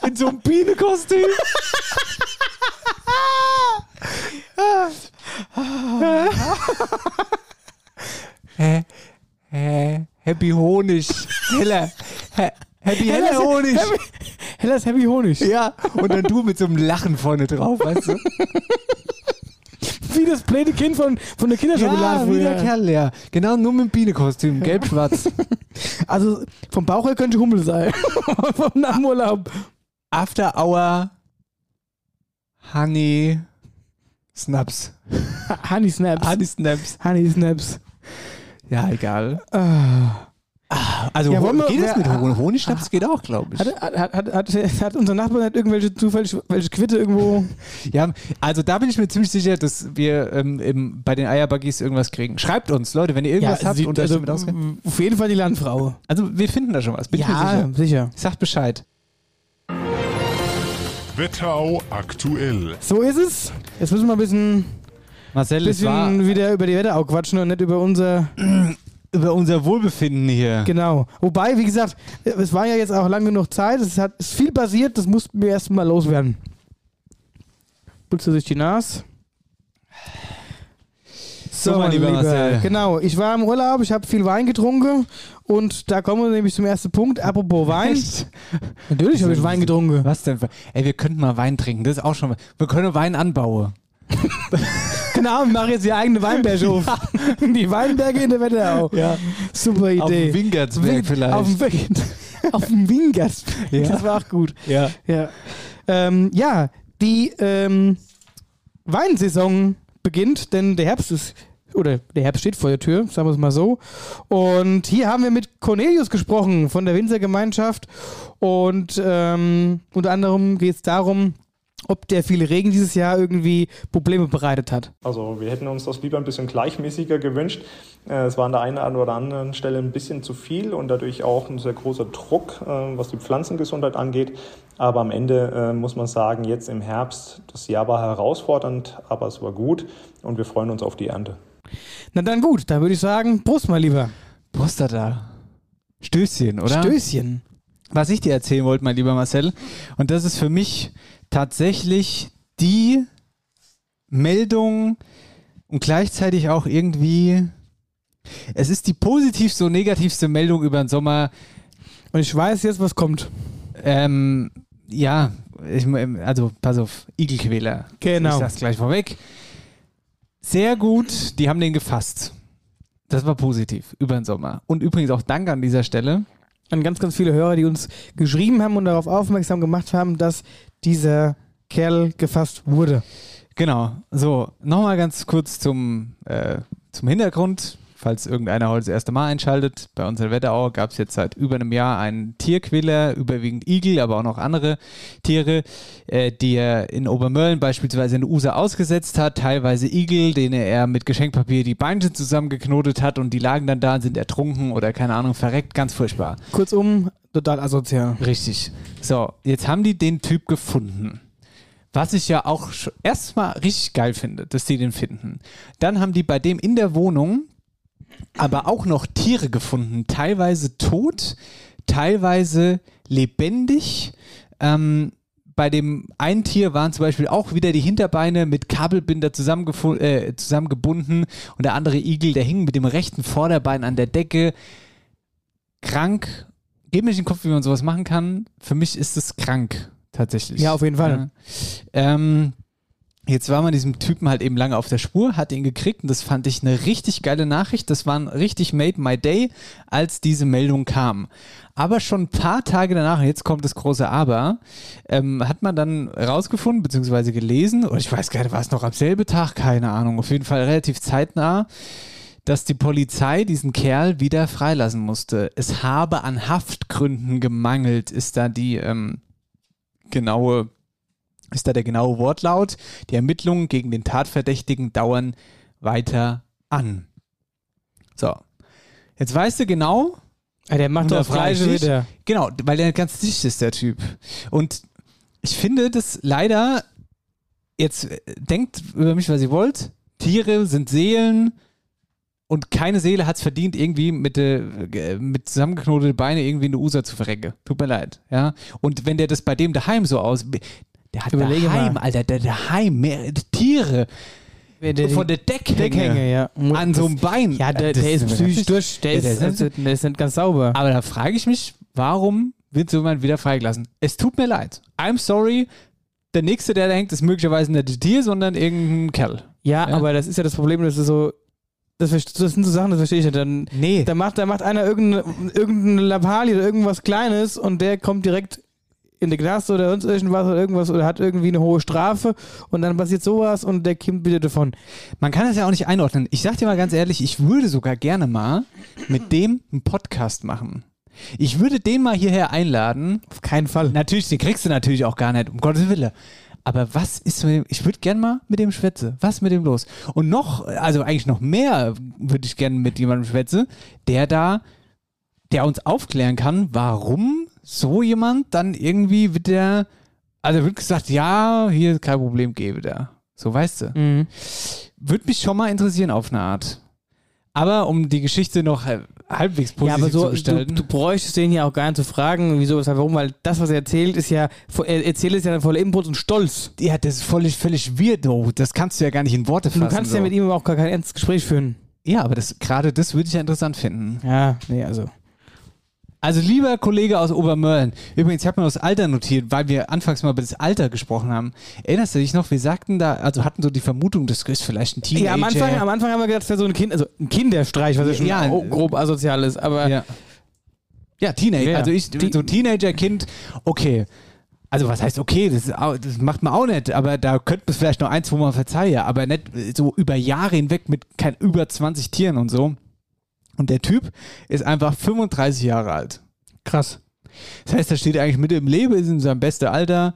S4: In so einem Bienenkostüm. Hä? Hä? Happy Honig. Heller. Hä- Happy Heller Honig.
S3: Happy, Hellas Happy Honig.
S4: Ja, und dann du mit so einem Lachen vorne drauf, weißt du?
S3: Wie wie das blöde Kind von, von der Kinderschokolade
S4: Ja, wie der
S3: früher.
S4: Kerl, ja. Genau, nur mit dem Bienenkostüm, gelb-schwarz.
S3: Also vom Bauch her könnte Hummel sein. Vom nach dem Urlaub.
S4: After Hour Honey Snaps.
S3: Honey Snaps.
S4: Honey Snaps.
S3: Honey Snaps.
S4: Ja, egal.
S3: Ah.
S4: Also
S3: Ja, wollen wir-
S4: geht
S3: wer-
S4: das mit Honig? Honigschnaps geht auch, glaube ich.
S3: Hat, hat, hat, hat, hat unser Nachbar hat irgendwelche zufällig welche Quitte irgendwo.
S4: Ja, also da bin ich mir ziemlich sicher, dass wir ähm, im, bei den Eierbuggies irgendwas kriegen. Schreibt uns, Leute, wenn ihr irgendwas habt
S3: sie-
S4: und euch
S3: also,
S4: damit auskennt.
S3: auf jeden Fall die Landfrau.
S4: Also wir finden da schon was, bin ich mir sicher.
S3: sicher.
S4: Sagt Bescheid.
S8: Wetterau aktuell.
S3: So ist es. Jetzt müssen wir ein bisschen,
S4: Marcel, es war
S3: bisschen wieder über die Wetterau quatschen und nicht über unser.
S4: über unser Wohlbefinden hier.
S3: Genau. Wobei, wie gesagt, es war ja jetzt auch lange genug Zeit. Es hat, ist viel passiert. Das mussten wir erstmal loswerden. Putzt du sich die Nase?
S4: So, mein lieber Marcel.
S3: Genau. Ich war im Urlaub. Ich habe viel Wein getrunken. Und da kommen wir nämlich zum ersten Punkt. Apropos Wein.
S4: Echt?
S3: Natürlich habe ich Wein getrunken.
S4: Was denn? für- Ey, wir könnten mal Wein trinken, das ist auch schon mal. Wir können Wein anbauen.
S3: Genau, wir machen jetzt die eigene Weinberge auf. Die Weinberge in der Wetterau.
S4: Ja.
S3: Super Idee.
S4: Auf dem Wingertsberg vielleicht.
S3: Auf dem Weg. Auf dem Wingers.
S4: Ja.
S3: Das war auch gut.
S4: ja.
S3: Ja, ähm, ja die ähm, Weinsaison beginnt, denn der Herbst ist, oder der Herbst steht vor der Tür, sagen wir es mal so. Und hier haben wir mit Cornelius gesprochen von der Winzergemeinschaft. Und ähm, unter anderem geht es darum, ob der viele Regen dieses Jahr irgendwie Probleme bereitet hat.
S9: Also wir hätten uns das lieber ein bisschen gleichmäßiger gewünscht. Äh, Es war an der einen oder anderen Stelle ein bisschen zu viel und dadurch auch ein sehr großer Druck, äh, was die Pflanzengesundheit angeht. Aber am Ende äh, muss man sagen, jetzt im Herbst, das Jahr war herausfordernd, aber es war gut und wir freuen uns auf die Ernte.
S3: Na dann gut, dann würde ich sagen, Prost mal lieber.
S4: Poster da. Stößchen, oder?
S3: Stößchen.
S4: was ich dir erzählen wollte, mein lieber Marcel, und das ist für mich tatsächlich die Meldung und gleichzeitig auch irgendwie, es ist die positivste und negativste Meldung über den Sommer.
S3: Und ich weiß jetzt, was kommt.
S4: Ähm, ja, ich, also pass auf, Igelquäler. Ich
S3: Genau.
S4: sag's gleich vorweg. Sehr gut, die haben den gefasst. Das war positiv über den Sommer. Und übrigens auch Dank an dieser Stelle.
S3: an ganz, ganz viele Hörer, die uns geschrieben haben und darauf aufmerksam gemacht haben, dass dieser Kerl gefasst wurde.
S4: Genau. So, nochmal ganz kurz zum, äh, zum Hintergrund. Falls irgendeiner heute das erste Mal einschaltet, bei uns in Wetterau gab es jetzt seit über einem Jahr einen Tierquäler, überwiegend Igel, aber auch noch andere Tiere, äh, die er in Obermörlen beispielsweise in der Usa ausgesetzt hat. Teilweise Igel, denen er mit Geschenkpapier die Beinchen zusammengeknotet hat und die lagen dann da und sind ertrunken oder keine Ahnung, verreckt. Ganz furchtbar.
S3: Kurzum, total asozial.
S4: Richtig. So, jetzt haben die den Typ gefunden. Was ich ja auch sch- erstmal richtig geil finde, dass die den finden. Dann haben die bei dem in der Wohnung aber auch noch Tiere gefunden. Teilweise tot, teilweise lebendig. Ähm, bei dem einen Tier waren zum Beispiel auch wieder die Hinterbeine mit Kabelbinder zusammengefu- äh, zusammengebunden und der andere Igel, der hing mit dem rechten Vorderbein an der Decke. Krank. Gib mir nicht den Kopf, wie man sowas machen kann. Für mich ist es krank, tatsächlich.
S3: Ja, auf jeden Fall.
S4: Ja. Ähm, Jetzt war man diesem Typen halt eben lange auf der Spur, hat ihn gekriegt und das fand ich eine richtig geile Nachricht. Das war ein richtig made my day, als diese Meldung kam. Aber schon ein paar Tage danach, und jetzt kommt das große Aber, ähm, hat man dann rausgefunden, beziehungsweise gelesen, oder ich weiß gar nicht, war es noch am selben Tag, keine Ahnung, auf jeden Fall relativ zeitnah, dass die Polizei diesen Kerl wieder freilassen musste. Es habe an Haftgründen gemangelt, ist da die ähm, genaue ist da der genaue Wortlaut. Die Ermittlungen gegen den Tatverdächtigen dauern weiter an. So. Jetzt weißt du genau,
S3: Ja, der macht
S4: Und da
S3: doch
S4: frage
S3: frei
S4: ich dich,
S3: wieder.
S4: genau, weil der ganz dicht ist, der Typ. Und ich finde das leider, jetzt äh, denkt über mich, was ihr wollt, Tiere sind Seelen und keine Seele hat es verdient, irgendwie mit, äh, äh, mit zusammengeknoteten Beine irgendwie in der USA zu verrecken. Tut mir leid, ja. Und wenn der das bei dem daheim so aus... Der hat
S3: Überlege
S4: daheim,
S3: mal.
S4: Alter, der daheim, mehr, Tiere von der Deckhänge
S3: Deckhänge, ja.
S4: an so einem Bein.
S3: Ja, der,
S4: Das
S3: der ist
S4: mir
S3: psychisch
S4: ganz-
S3: durch. Der
S4: Ja,
S3: ist, also, der ist nicht ganz sauber.
S4: aber da frage ich mich, warum wird so jemand wieder freigelassen? Es tut mir leid. I'm sorry. Der nächste, der da hängt, ist möglicherweise nicht das Tier, sondern irgendein Kerl.
S3: Ja,
S4: Ja.
S3: aber das ist ja das Problem, das ist so. Das, verst- das sind so Sachen, das verstehe ich nicht. Dann,
S4: Nee.
S3: da, macht, da macht einer irgendeine, irgendeine Lappali oder irgendwas Kleines und der kommt direkt in die Klasse oder sonst irgendwas oder irgendwas oder hat irgendwie eine hohe Strafe und dann passiert sowas und der kommt wieder davon.
S4: Man kann das ja auch nicht einordnen. Ich sag dir mal ganz ehrlich, ich würde sogar gerne mal mit dem einen Podcast machen. Ich würde den mal hierher einladen.
S3: Auf keinen Fall.
S4: Natürlich, den kriegst du natürlich auch gar nicht, um Gottes Willen. Aber was ist mit dem, ich würde gern mal mit dem schwätze. Was ist mit dem los? Und noch, also eigentlich noch mehr würde ich gerne mit jemandem schwätze, der da, der uns aufklären kann, warum so jemand dann irgendwie wieder, also wird gesagt, ja, hier kein Problem, gebe da. So weißt du.
S3: Mhm.
S4: Würde mich schon mal interessieren auf eine Art. Aber um die Geschichte noch äh, halbwegs positiv zu
S3: du,
S4: gestalten.
S3: du bräuchtest den ja auch gar nicht zu fragen, wieso, weshalb, warum, weil das, was er erzählt, ist ja, vo- er erzählt ist ja voller Input und Stolz.
S4: ja, das ist völlig, völlig weirdo. Das kannst du ja gar nicht in Worte fassen.
S3: du kannst
S4: so.
S3: ja mit ihm aber auch gar kein ernstes Gespräch führen.
S4: Ja, aber das, gerade das würde ich ja interessant finden.
S3: Ja, nee, also.
S4: Also lieber Kollege aus Obermörlen, übrigens, ich habe mir das Alter notiert, weil wir anfangs mal über das Alter gesprochen haben. Erinnerst du dich noch, wir sagten da, also hatten so die Vermutung, das ist vielleicht ein Teenager.
S3: Ja, am Anfang, am Anfang haben wir gedacht, es wäre so ein Kind, also ein Kinderstreich, was ja schon
S4: Ja,
S3: gro- grob asozial ist, aber
S4: Ja. Ja, Teenager.
S3: Ja.
S4: Also ich,
S3: Te-
S4: so Teenager-Kind, okay. Also was heißt okay, das, ist au- das macht man auch nicht, aber da könnte man vielleicht noch ein, zwei Mal verzeihen, aber nicht äh, so über Jahre hinweg mit kein über 20 Tieren und so. Und der Typ ist einfach 35 Jahre alt.
S3: krass.
S4: Das heißt, er steht eigentlich mit im Leben, ist in seinem besten Alter.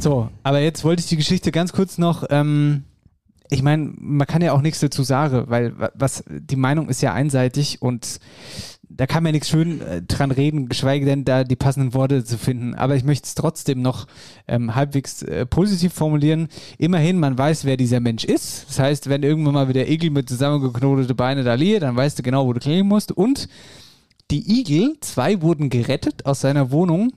S4: So, aber jetzt wollte ich die Geschichte ganz kurz noch. Ähm, ich meine, man kann ja auch nichts dazu sagen, weil wa- was die Meinung ist ja einseitig und da kann man nichts schön äh, dran reden, geschweige denn da die passenden Worte zu finden. Aber ich möchte es trotzdem noch ähm, halbwegs äh, positiv formulieren. Immerhin, man weiß, wer dieser Mensch ist. Das heißt, wenn irgendwann mal wieder Igel mit zusammengeknotete Beine da liegt, dann weißt du genau, wo du klingen musst. Und die Igel, zwei wurden gerettet aus seiner Wohnung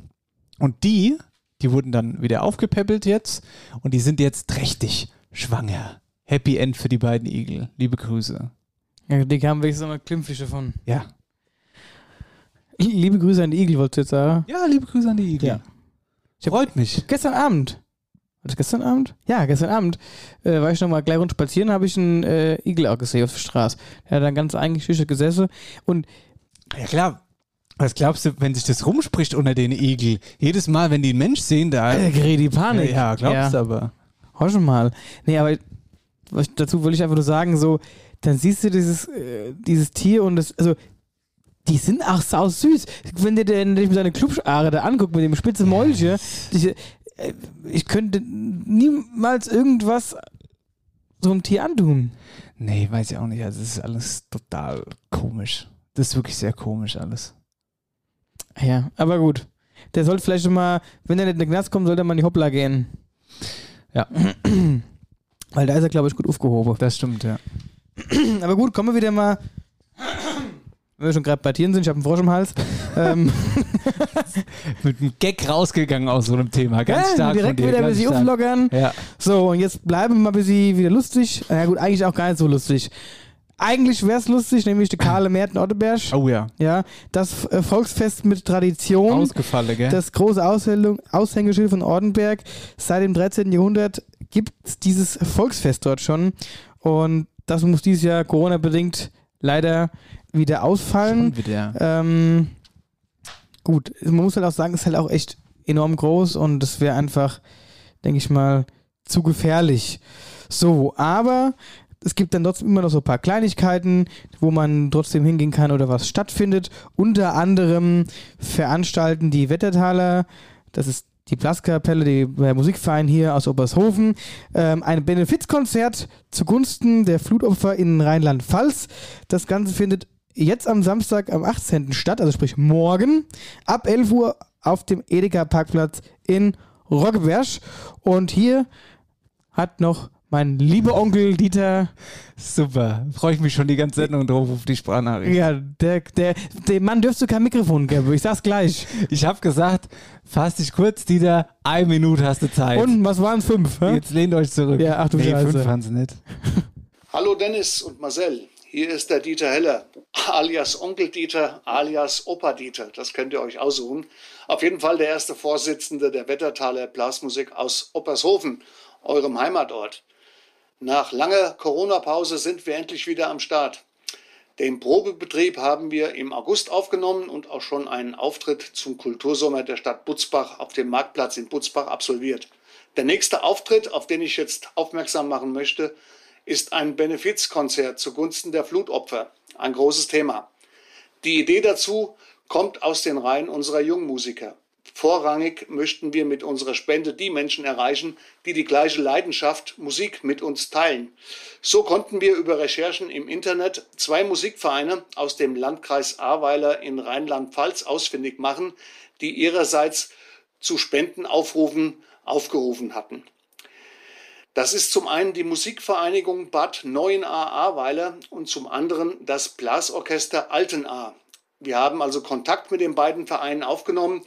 S4: und die, die wurden dann wieder aufgepäppelt jetzt und die sind jetzt trächtig schwanger. Happy End für die beiden Igel. Liebe Grüße.
S3: Ja, die haben wenigstens nochmal Klimmfische von.
S4: Ja.
S3: Liebe Grüße an die Igel, wolltest du jetzt sagen?
S4: Ja, liebe Grüße an die Igel.
S3: Ja.
S4: Ich freut mich.
S3: Gestern Abend. War das gestern Abend? Ja, gestern Abend äh, war ich nochmal gleich rund spazieren, habe ich einen äh, Igel auch gesehen auf der Straße. Der hat dann ganz eingeschüchtert gesessen und
S4: Ja, klar. Was glaubst du, wenn sich das rumspricht unter den Igel? Jedes Mal, wenn die einen Mensch sehen, da.
S3: äh, gerät die Panik.
S4: ja, glaubst du aber.
S3: Hör schon mal. Nee, aber was, dazu wollte ich einfach nur sagen, so, dann siehst du dieses, äh, dieses Tier und das, also, die sind auch sau süß. Wenn dir der dich mit seiner Klubschare da anguckt, mit dem spitzen Mäulchen, ich, äh, ich könnte niemals irgendwas so einem Tier antun.
S4: Nee, weiß ich auch nicht. Also, das ist alles total komisch. Das ist wirklich sehr komisch alles.
S3: Ja, aber gut. Der sollte vielleicht schon mal, wenn er nicht in den Knast kommt, sollte er mal in die Hoppla gehen.
S4: Ja.
S3: Weil da ist er, glaube ich, gut aufgehoben.
S4: Das stimmt, ja.
S3: Aber gut, kommen wir wieder mal. Wenn wir schon gerade bei Tieren sind, ich habe einen Frosch im Hals. ähm,
S4: mit einem Gag rausgegangen aus so einem Thema. Ganz
S3: ja,
S4: stark
S3: direkt
S4: von dir,
S3: wieder ein
S4: ganz
S3: bisschen
S4: stark.
S3: auflockern.
S4: Ja.
S3: So, und jetzt bleiben wir mal ein bisschen wieder lustig. Na gut, eigentlich auch gar nicht so lustig. Eigentlich wäre es lustig, nämlich der Karle Merten Otteberg.
S4: Oh ja.
S3: Ja, das äh, Volksfest mit Tradition.
S4: Ausgefallen, gell?
S3: Das große Aushängung- Aushängeschild von Ordenberg. Seit dem 13. Jahrhundert gibt es dieses Volksfest dort schon. Und das muss dieses Jahr Corona-bedingt leider wieder ausfallen.
S4: Schon wieder.
S3: Ähm, gut, man muss halt auch sagen, es ist halt auch echt enorm groß und es wäre einfach, denke ich mal, zu gefährlich. So, aber es gibt dann trotzdem immer noch so ein paar Kleinigkeiten, wo man trotzdem hingehen kann oder was stattfindet. Unter anderem veranstalten die Wettertaler, das ist die Blaskapelle, die- der Musikverein hier aus Obershofen, ähm, ein Benefizkonzert zugunsten der Flutopfer in Rheinland-Pfalz. Das Ganze findet jetzt am Samstag, am 18. statt, also sprich morgen, ab 11 Uhr auf dem Edeka-Parkplatz in Roggeberg. Und hier hat noch mein lieber Onkel Dieter,
S4: Super. Freue ich mich schon die ganze Sendung drauf auf die Sprachnachricht.
S3: ja, der, der, dem Mann dürfst du kein Mikrofon geben, ich sag's gleich.
S4: Ich habe gesagt, fass dich kurz, Dieter. Eine Minute hast du Zeit.
S3: Und was waren fünf? Hä?
S4: Jetzt lehnt euch zurück.
S3: Ja, ach du
S4: nee,
S3: Scheiße.
S4: fünf waren sie nicht.
S10: Hallo Dennis und Marcel, hier ist der Dieter Heller, alias Onkel Dieter, alias Opa Dieter, das könnt ihr euch aussuchen. Auf jeden Fall der erste Vorsitzende der Wettertaler Blasmusik aus Oppershofen, eurem Heimatort. Nach langer Corona-Pause sind wir endlich wieder am Start. Den Probebetrieb haben wir im August aufgenommen und auch schon einen Auftritt zum Kultursommer der Stadt Butzbach auf dem Marktplatz in Butzbach absolviert. Der nächste Auftritt, auf den ich jetzt aufmerksam machen möchte, ist ein Benefizkonzert zugunsten der Flutopfer. Ein großes Thema. Die Idee dazu kommt aus den Reihen unserer Jungmusiker. Vorrangig möchten wir mit unserer Spende die Menschen erreichen, die die gleiche Leidenschaft Musik mit uns teilen. So konnten wir über Recherchen im Internet zwei Musikvereine aus dem Landkreis Ahrweiler in Rheinland-Pfalz ausfindig machen, die ihrerseits zu Spendenaufrufen aufgerufen hatten. Das ist zum einen die Musikvereinigung Bad Neuenahr Ahrweiler und zum anderen das Blasorchester Altenahr. Wir haben also Kontakt mit den beiden Vereinen aufgenommen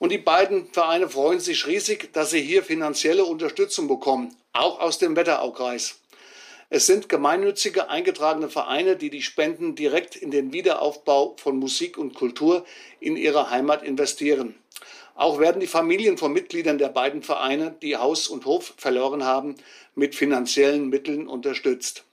S10: und die beiden Vereine freuen sich riesig, dass sie hier finanzielle Unterstützung bekommen, auch aus dem Wetteraukreis. Es sind gemeinnützige eingetragene Vereine, die die Spenden direkt in den Wiederaufbau von Musik und Kultur in ihrer Heimat investieren. Auch werden die Familien von Mitgliedern der beiden Vereine, die Haus und Hof verloren haben, mit finanziellen Mitteln unterstützt.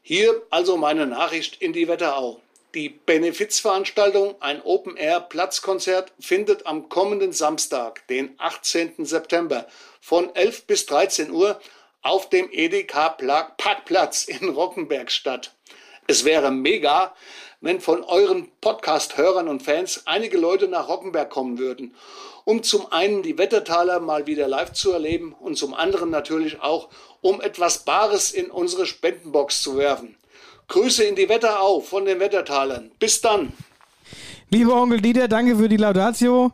S10: Hier also meine Nachricht in die Wetterau. Die Benefizveranstaltung, ein Open-Air-Platzkonzert, findet am kommenden Samstag, den 18. September, von 11 bis 13 Uhr auf dem EDK-Parkplatz in Rockenberg statt. Es wäre mega, wenn von euren Podcast-Hörern und Fans einige Leute nach Rockenberg kommen würden, um zum einen die Wettertaler mal wieder live zu erleben und zum anderen natürlich auch, um etwas Bares in unsere Spendenbox zu werfen. Grüße in die Wetterau von den Wettertalern. Bis dann.
S3: Lieber Onkel Dieter, danke für die Laudatio.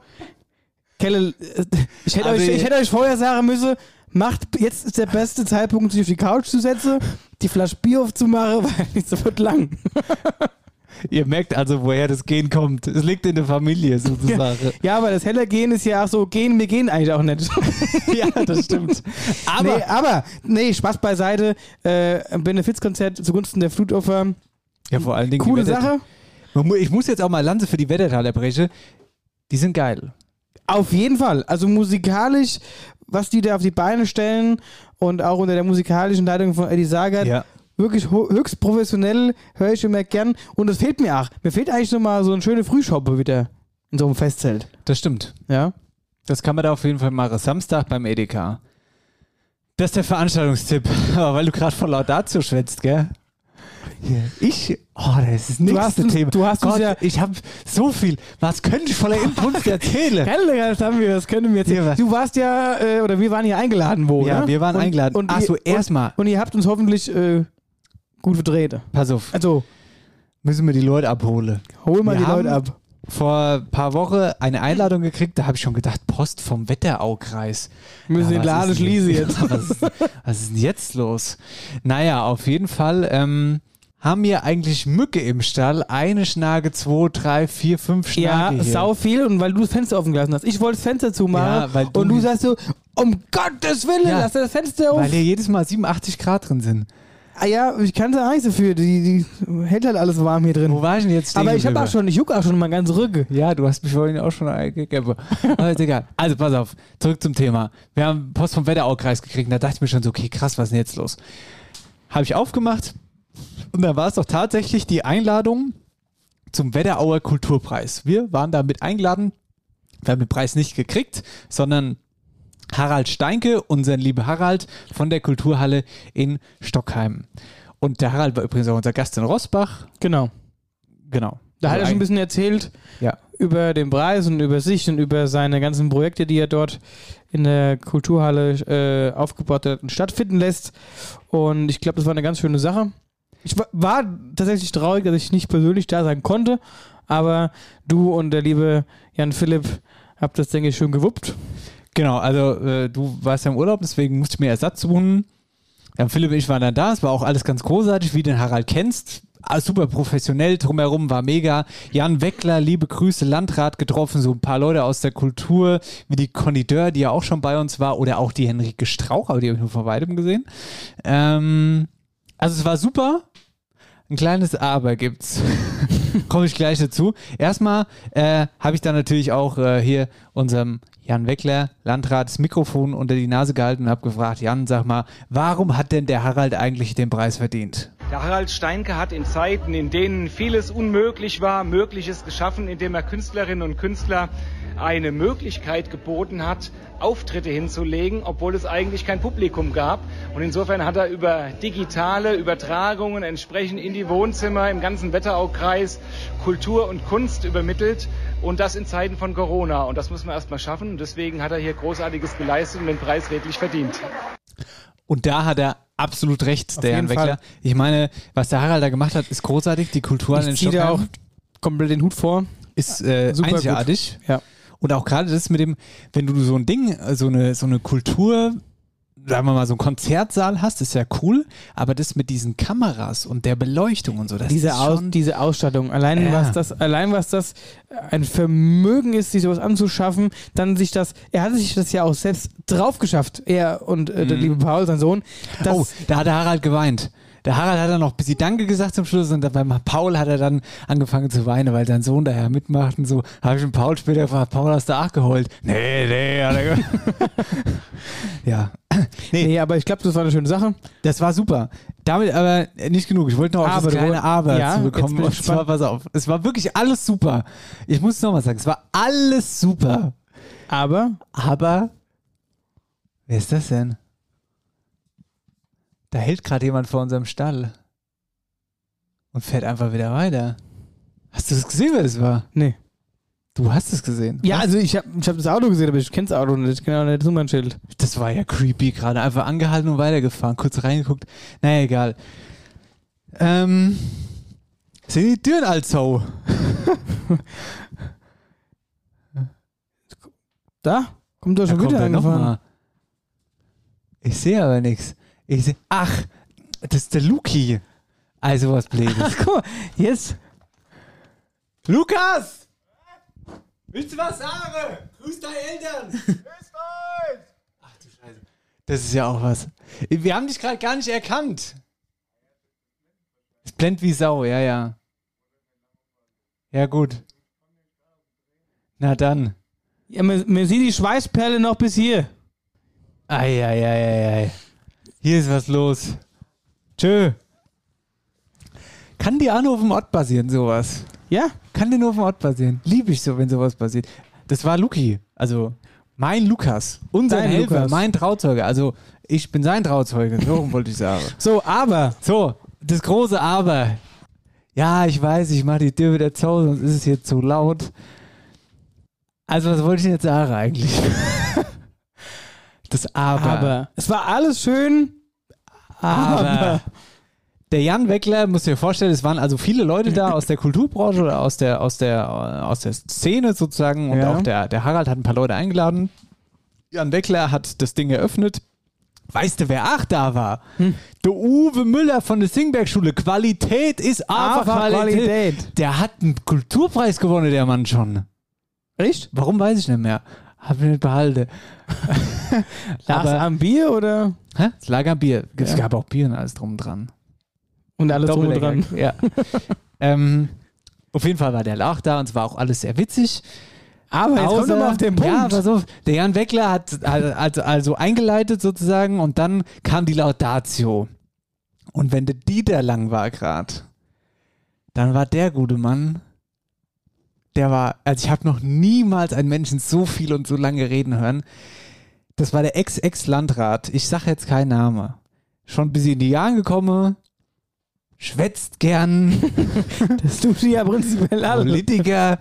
S3: Kelle, äh, ich hätte,
S4: Also,
S3: euch, ich hätte euch vorher sagen müssen, macht, jetzt ist der beste Zeitpunkt, sich auf die Couch zu setzen, die Flasche Bier aufzumachen, weil es wird lang.
S4: Ihr merkt also, woher das Gen kommt. Es liegt in der Familie sozusagen.
S3: Ja, aber das helle Gehen ist ja auch so, gehen, wir gehen eigentlich auch nicht.
S4: ja, das stimmt.
S3: Aber, nee, aber, nee, Spaß beiseite, äh, ein Benefizkonzert zugunsten der Flutopfer,
S4: Ja, vor allen Dingen. die
S3: coole
S4: Wetter-
S3: Sache.
S4: Man mu- Ich muss jetzt auch mal Lanze für die Wettertaler brechen. Die sind geil.
S3: Auf jeden Fall. Also musikalisch, was die da auf die Beine stellen und auch unter der musikalischen Leitung von Eddie Sagat.
S4: Ja.
S3: Wirklich ho- höchst professionell, höre ich immer gern. Und das fehlt mir auch. Mir fehlt eigentlich nochmal so eine schöne Frühschoppe wieder in so einem Festzelt.
S4: Das stimmt.
S3: Ja.
S4: Das kann man da auf jeden Fall machen. Samstag beim EDK. Das ist der Veranstaltungstipp. Aber weil du gerade von Laudatio schwätzt, gell? Hier, Ich, oh, das ist
S3: Du
S4: das
S3: hast
S4: nächste
S3: uns-
S4: Thema.
S3: du hast uns
S4: Gott,
S3: ja-
S4: ich habe so viel. Was könnte ich voller Inbrunst erzählen?
S3: Helle, das haben wir, das können wir jetzt.
S4: Ja, was-
S3: du warst ja, äh, oder wir waren hier eingeladen, wo?
S4: Ja,
S3: ne?
S4: wir waren
S3: und,
S4: eingeladen.
S3: Und
S4: Ach so,
S3: ihr-
S4: erstmal.
S3: Und, und ihr habt uns hoffentlich äh, gut verdreht.
S4: Pass auf,
S3: Also,
S4: müssen wir die Leute abholen.
S3: hol mal
S4: Wir
S3: die Leute
S4: haben-
S3: ab.
S4: Vor ein paar Wochen eine Einladung gekriegt, da habe ich schon gedacht, Post vom Wetteraukreis.
S3: Wir müssen den
S4: was
S3: Laden
S4: ist denn-
S3: schließen jetzt.
S4: Ja, was, ist, was ist denn jetzt los? Naja, auf jeden Fall ähm, haben wir eigentlich Mücke im Stall. Eine Schnage, zwei, drei, vier, fünf
S3: Ja,
S4: Schnage. hier.
S3: sau viel und weil du das Fenster offen gelassen hast. Ich wollte das Fenster zumachen
S4: Ja, weil du-
S3: und du sagst so, um Gottes Willen,
S4: Ja.
S3: lass das Fenster auf.
S4: Weil hier jedes Mal 87 Grad drin sind.
S3: Ah ja, ich kann da nichts dafür, die, die hält halt alles warm hier drin.
S4: Wo war ich denn jetzt stehen
S3: Aber ich habe
S4: geblieben?
S3: auch schon, ich juck auch schon mal ganz Rücken.
S4: Ja, du hast mich vorhin auch schon eingegeben. Aber ist egal. Also pass auf, zurück zum Thema. Wir haben Post vom Wetteraukreis gekriegt und da dachte ich mir schon so, okay, krass, was ist denn jetzt los? Habe ich aufgemacht und da war es doch tatsächlich die Einladung zum Wetterauer Kulturpreis. Wir waren da mit eingeladen, wir haben den Preis nicht gekriegt, sondern Harald Steinke, unseren lieben Harald von der Kulturhalle in Stockheim. Und der Harald war übrigens auch unser Gast in Rosbach.
S3: Genau.
S4: Genau.
S3: Da hat
S4: Also
S3: er schon
S4: ein-
S3: ein bisschen erzählt
S4: Ja.
S3: über den Preis und über sich und über seine ganzen Projekte, die er dort in der Kulturhalle äh, aufgebaut hat und stattfinden lässt. Und ich glaube, das war eine ganz schöne Sache. Ich wa- war tatsächlich traurig, dass ich nicht persönlich da sein konnte, aber du und der liebe Jan Philipp habt das, denke ich, schön gewuppt.
S4: Genau, also äh, du warst ja im Urlaub, deswegen musste ich mir Ersatz suchen. Dann Philipp und ich waren dann da, es war auch alles ganz großartig, wie du den Harald kennst. Alles super professionell, drumherum war mega. Jan Weckler, liebe Grüße, Landrat getroffen, so ein paar Leute aus der Kultur, wie die Conditeur, die ja auch schon bei uns war, oder auch die Henrike Strauch, aber die habe ich nur vor weitem gesehen. Ähm, also es war super. ein kleines Aber gibt's. Komme ich gleich dazu. Erstmal äh, habe ich dann natürlich auch äh, hier unserem Jan Weckler, Landrat, das Mikrofon unter die Nase gehalten und habe gefragt, Jan, sag mal, warum hat denn der Harald eigentlich den Preis verdient?
S11: Der Harald Steinke hat in Zeiten, in denen vieles unmöglich war, Mögliches geschaffen, indem er Künstlerinnen und Künstlern eine Möglichkeit geboten hat, Auftritte hinzulegen, obwohl es eigentlich kein Publikum gab. Und insofern hat er über digitale Übertragungen entsprechend in die Wohnzimmer im ganzen Wetteraukreis Kultur und Kunst übermittelt und das in Zeiten von Corona. Und das müssen wir erstmal schaffen. Und deswegen hat er hier Großartiges geleistet und den Preis redlich verdient.
S4: Und da hat er absolut recht, der Jan
S3: jeden
S4: Weckler.
S3: Fall.
S4: Ich meine, was der Harald da gemacht hat, ist großartig. Die Kultur an den
S3: Ich ziehe dir
S4: Stockern
S3: auch komplett den Hut vor.
S4: ist äh,
S3: Super gut.
S4: einzigartig.
S3: Ja.
S4: Und auch gerade das mit dem, wenn du so ein Ding, äh, so eine, so eine Kultur, sagen wir mal, so einen Konzertsaal hast, ist ja cool. Aber das mit diesen Kameras und der Beleuchtung und so, das
S3: diese,
S4: ist
S3: Aus,
S4: schon
S3: diese Ausstattung, allein
S4: Ja.
S3: was das, allein was das ein Vermögen ist, sich sowas anzuschaffen, dann sich das, er hat sich das ja auch selbst drauf geschafft, er und äh, der liebe Paul, sein Sohn. Das,
S4: Mhm. Oh, da hat der Harald geweint. Der Harald hat dann noch ein bisschen Danke gesagt zum Schluss und dann beim Paul hat er dann angefangen zu weinen, weil sein Sohn daher mitmacht und so. Habe ich den Paul später gefragt, Paul hast du auch geheult? Nee, nee, hat er ge- Ja,
S3: nee. aber ich glaube, das war eine schöne Sache.
S4: das war super. Damit aber nicht genug. Ich wollte noch auf
S3: Aber
S4: Oh, das
S3: du
S4: kleine
S3: woll-
S4: Aber
S3: Ja,
S4: zu
S3: jetzt
S4: bekommen.
S3: bin ich
S4: Und zwar,
S3: gespannt.
S4: pass auf, es war wirklich alles super. Ich muss es nochmal sagen, es war alles super.
S3: Aber
S4: Aber, wer ist das denn? Da hält gerade jemand vor unserem Stall und fährt einfach wieder weiter. Hast du das gesehen, wer das war?
S3: Nee.
S4: Du hast es gesehen.
S3: Ja, also ich habe ich hab das Auto gesehen, aber ich kenne das Auto nicht, Genau, ich kenne auch nicht das Nummernschild.
S4: Das war ja creepy gerade. Einfach angehalten und weitergefahren. Kurz reingeguckt. Naja, egal. Ähm, sind die Türen also?
S3: Da? Kommt doch schon wieder angefahren.
S4: Ich sehe aber nichts. Ich sehe. Ach, das ist der Luki. Also was Blödes.
S3: Guck mal, yes.
S4: Lukas! Willst du was sagen? Grüß deine Eltern! Grüß euch! Ach du Scheiße. Das ist ja auch was. Wir haben dich gerade gar nicht erkannt. Es blendet wie Sau, ja, ja. Ja, gut. Na dann.
S3: Ja, man, man sieht die Schweißperle noch bis hier.
S4: Eieieiei. Hier ist was los. Tschö. Kann dir auch nur auf dem Ort basieren, sowas.
S3: Ja?
S4: Kann dir nur auf dem Ort passieren. Liebe ich so, wenn sowas passiert. Das war Luki. Also mein Lukas. Unser
S3: Dein
S4: Helfer.
S3: Lukas.
S4: Mein Trauzeuge. Also ich bin sein Trauzeuge. So wollte ich sagen.
S3: So, aber.
S4: So, das große Aber. Ja, ich weiß, ich mache die Tür wieder zu, sonst ist es hier zu laut. Also was wollte ich denn jetzt sagen eigentlich? Das
S3: Aber. Es war alles schön.
S4: aber. Der Jan Weckler, musst du dir vorstellen, es waren also viele Leute da aus der Kulturbranche oder aus der, aus der, äh, aus der Szene sozusagen. Und
S3: Ja.
S4: auch der, der Harald hat ein paar Leute eingeladen. Jan Weckler hat das Ding eröffnet. Weißt du, wer auch da war?
S3: Hm.
S4: Der Uwe Müller von der Singberg-Schule. Qualität ist aber
S3: Aber
S4: Qualität.
S3: Qualität.
S4: Der hat einen Kulturpreis gewonnen, der Mann schon.
S3: Echt?
S4: Warum weiß ich nicht mehr. Hab ich nicht behalten.
S3: Lag's
S4: Aber-
S3: am Bier oder?
S4: Hä? Es lag am Bier. Es
S3: Ja.
S4: gab auch Bier und alles drum und dran.
S3: Und alles drum und dran.
S4: Doppeldecker, Ja. ähm, auf jeden Fall war der Lauch da und es war auch alles sehr witzig.
S3: Aber jetzt kommt doch mal auf den
S4: Ja,
S3: Punkt.
S4: pass auf, der Jan Weckler hat al- also, also eingeleitet sozusagen und dann kam die Laudatio. Und wenn der Dieter lang war gerade, dann war der gute Mann, der war, also ich habe noch niemals einen Menschen so viel und so lange reden hören. Das war der Ex-Ex-Landrat. Ich sage jetzt keinen Namen. Schon ein bisschen in die Jahre gekommen, schwätzt gern.
S3: das tut ja prinzipiell alles.
S4: Politiker.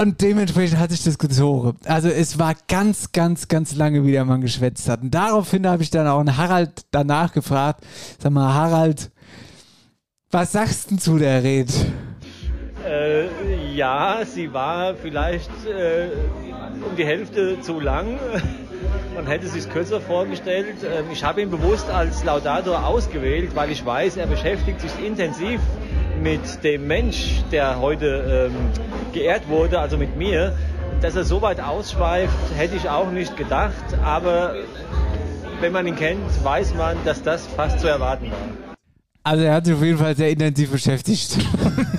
S4: und dementsprechend hat sich das gezogen. Also es war ganz, ganz, ganz lange, wie der Mann geschwätzt hat. Und daraufhin habe ich dann auch einen Harald danach gefragt. Sag mal, Harald, was sagst denn zu der Rede?
S12: Äh, ja, sie war vielleicht äh, um die Hälfte zu lang. Man hätte sich kürzer vorgestellt. Ähm, ich habe ihn bewusst als Laudator ausgewählt, weil ich weiß, er beschäftigt sich intensiv mit dem Mensch, der heute ähm, geehrt wurde, also mit mir. Dass er so weit ausschweift, hätte ich auch nicht gedacht. Aber wenn man ihn kennt, weiß man, dass das fast zu erwarten war.
S4: Also er hat sich auf jeden Fall sehr intensiv beschäftigt.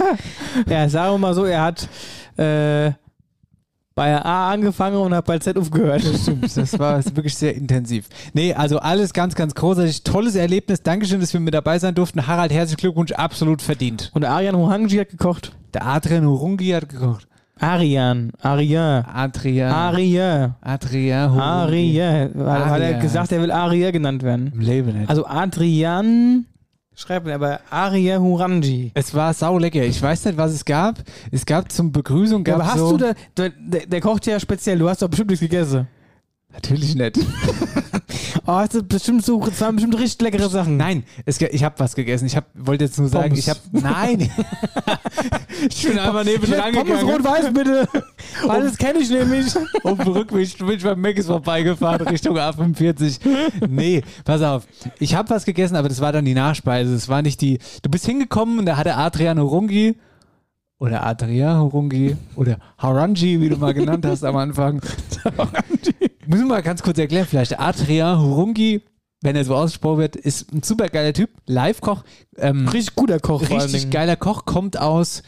S3: ja, sagen wir mal so, er hat äh, bei A angefangen und hat bei Z aufgehört.
S4: Das stimmt, das war wirklich sehr intensiv. Nee, also alles ganz, ganz großartig. Tolles Erlebnis. Dankeschön, dass wir mit dabei sein durften. Harald, herzlichen Glückwunsch, absolut verdient.
S3: Und der Arian Hohangi hat gekocht.
S4: Der Adrian Horungi hat gekocht.
S3: Arian, Arian.
S4: Adrian.
S3: Ah. Arian.
S4: Adrian Horungi.
S3: Arian. Hat, hat er
S4: Arian.
S3: gesagt, er will Arian genannt werden.
S4: Im Leben nicht.
S3: Also Adrian, schreibt mir aber Arian Hurangi.
S4: Es war saulecker. Ich weiß nicht, was es gab. Es gab zum Begrüßung
S3: Ja,
S4: gab
S3: aber hast
S4: so
S3: du da, der, der, der kocht ja speziell, du hast doch bestimmt nichts gegessen.
S4: Natürlich nicht.
S3: Oh, hast du bestimmt so, das waren bestimmt richtig leckere Sachen.
S4: Nein, es, ge- ich habe was gegessen. Ich hab, wollte jetzt nur sagen,
S3: Pommes.
S4: ich habe nein. ich bin einfach neben
S3: Ich will
S4: dran gegangen.
S3: Pommes rot-weiß bitte. Weil das kenne ich nämlich.
S4: Auf dem Rückweg bin ich beim Meckes vorbeigefahren Richtung A45. Nee, pass auf. Ich habe was gegessen, aber das war dann die Nachspeise. Das war nicht die. Du bist hingekommen und da hatte Adrian Horungi oder Adria Horungi oder Harangi, wie du mal genannt hast am Anfang. Müssen wir mal ganz kurz erklären, vielleicht. Adria Horungi, wenn er so ausgesprochen wird, ist ein super geiler Typ. Live-Koch. Ähm,
S3: Richtig guter Koch vor allen
S4: richtig
S3: Dingen.
S4: geiler Koch, kommt aus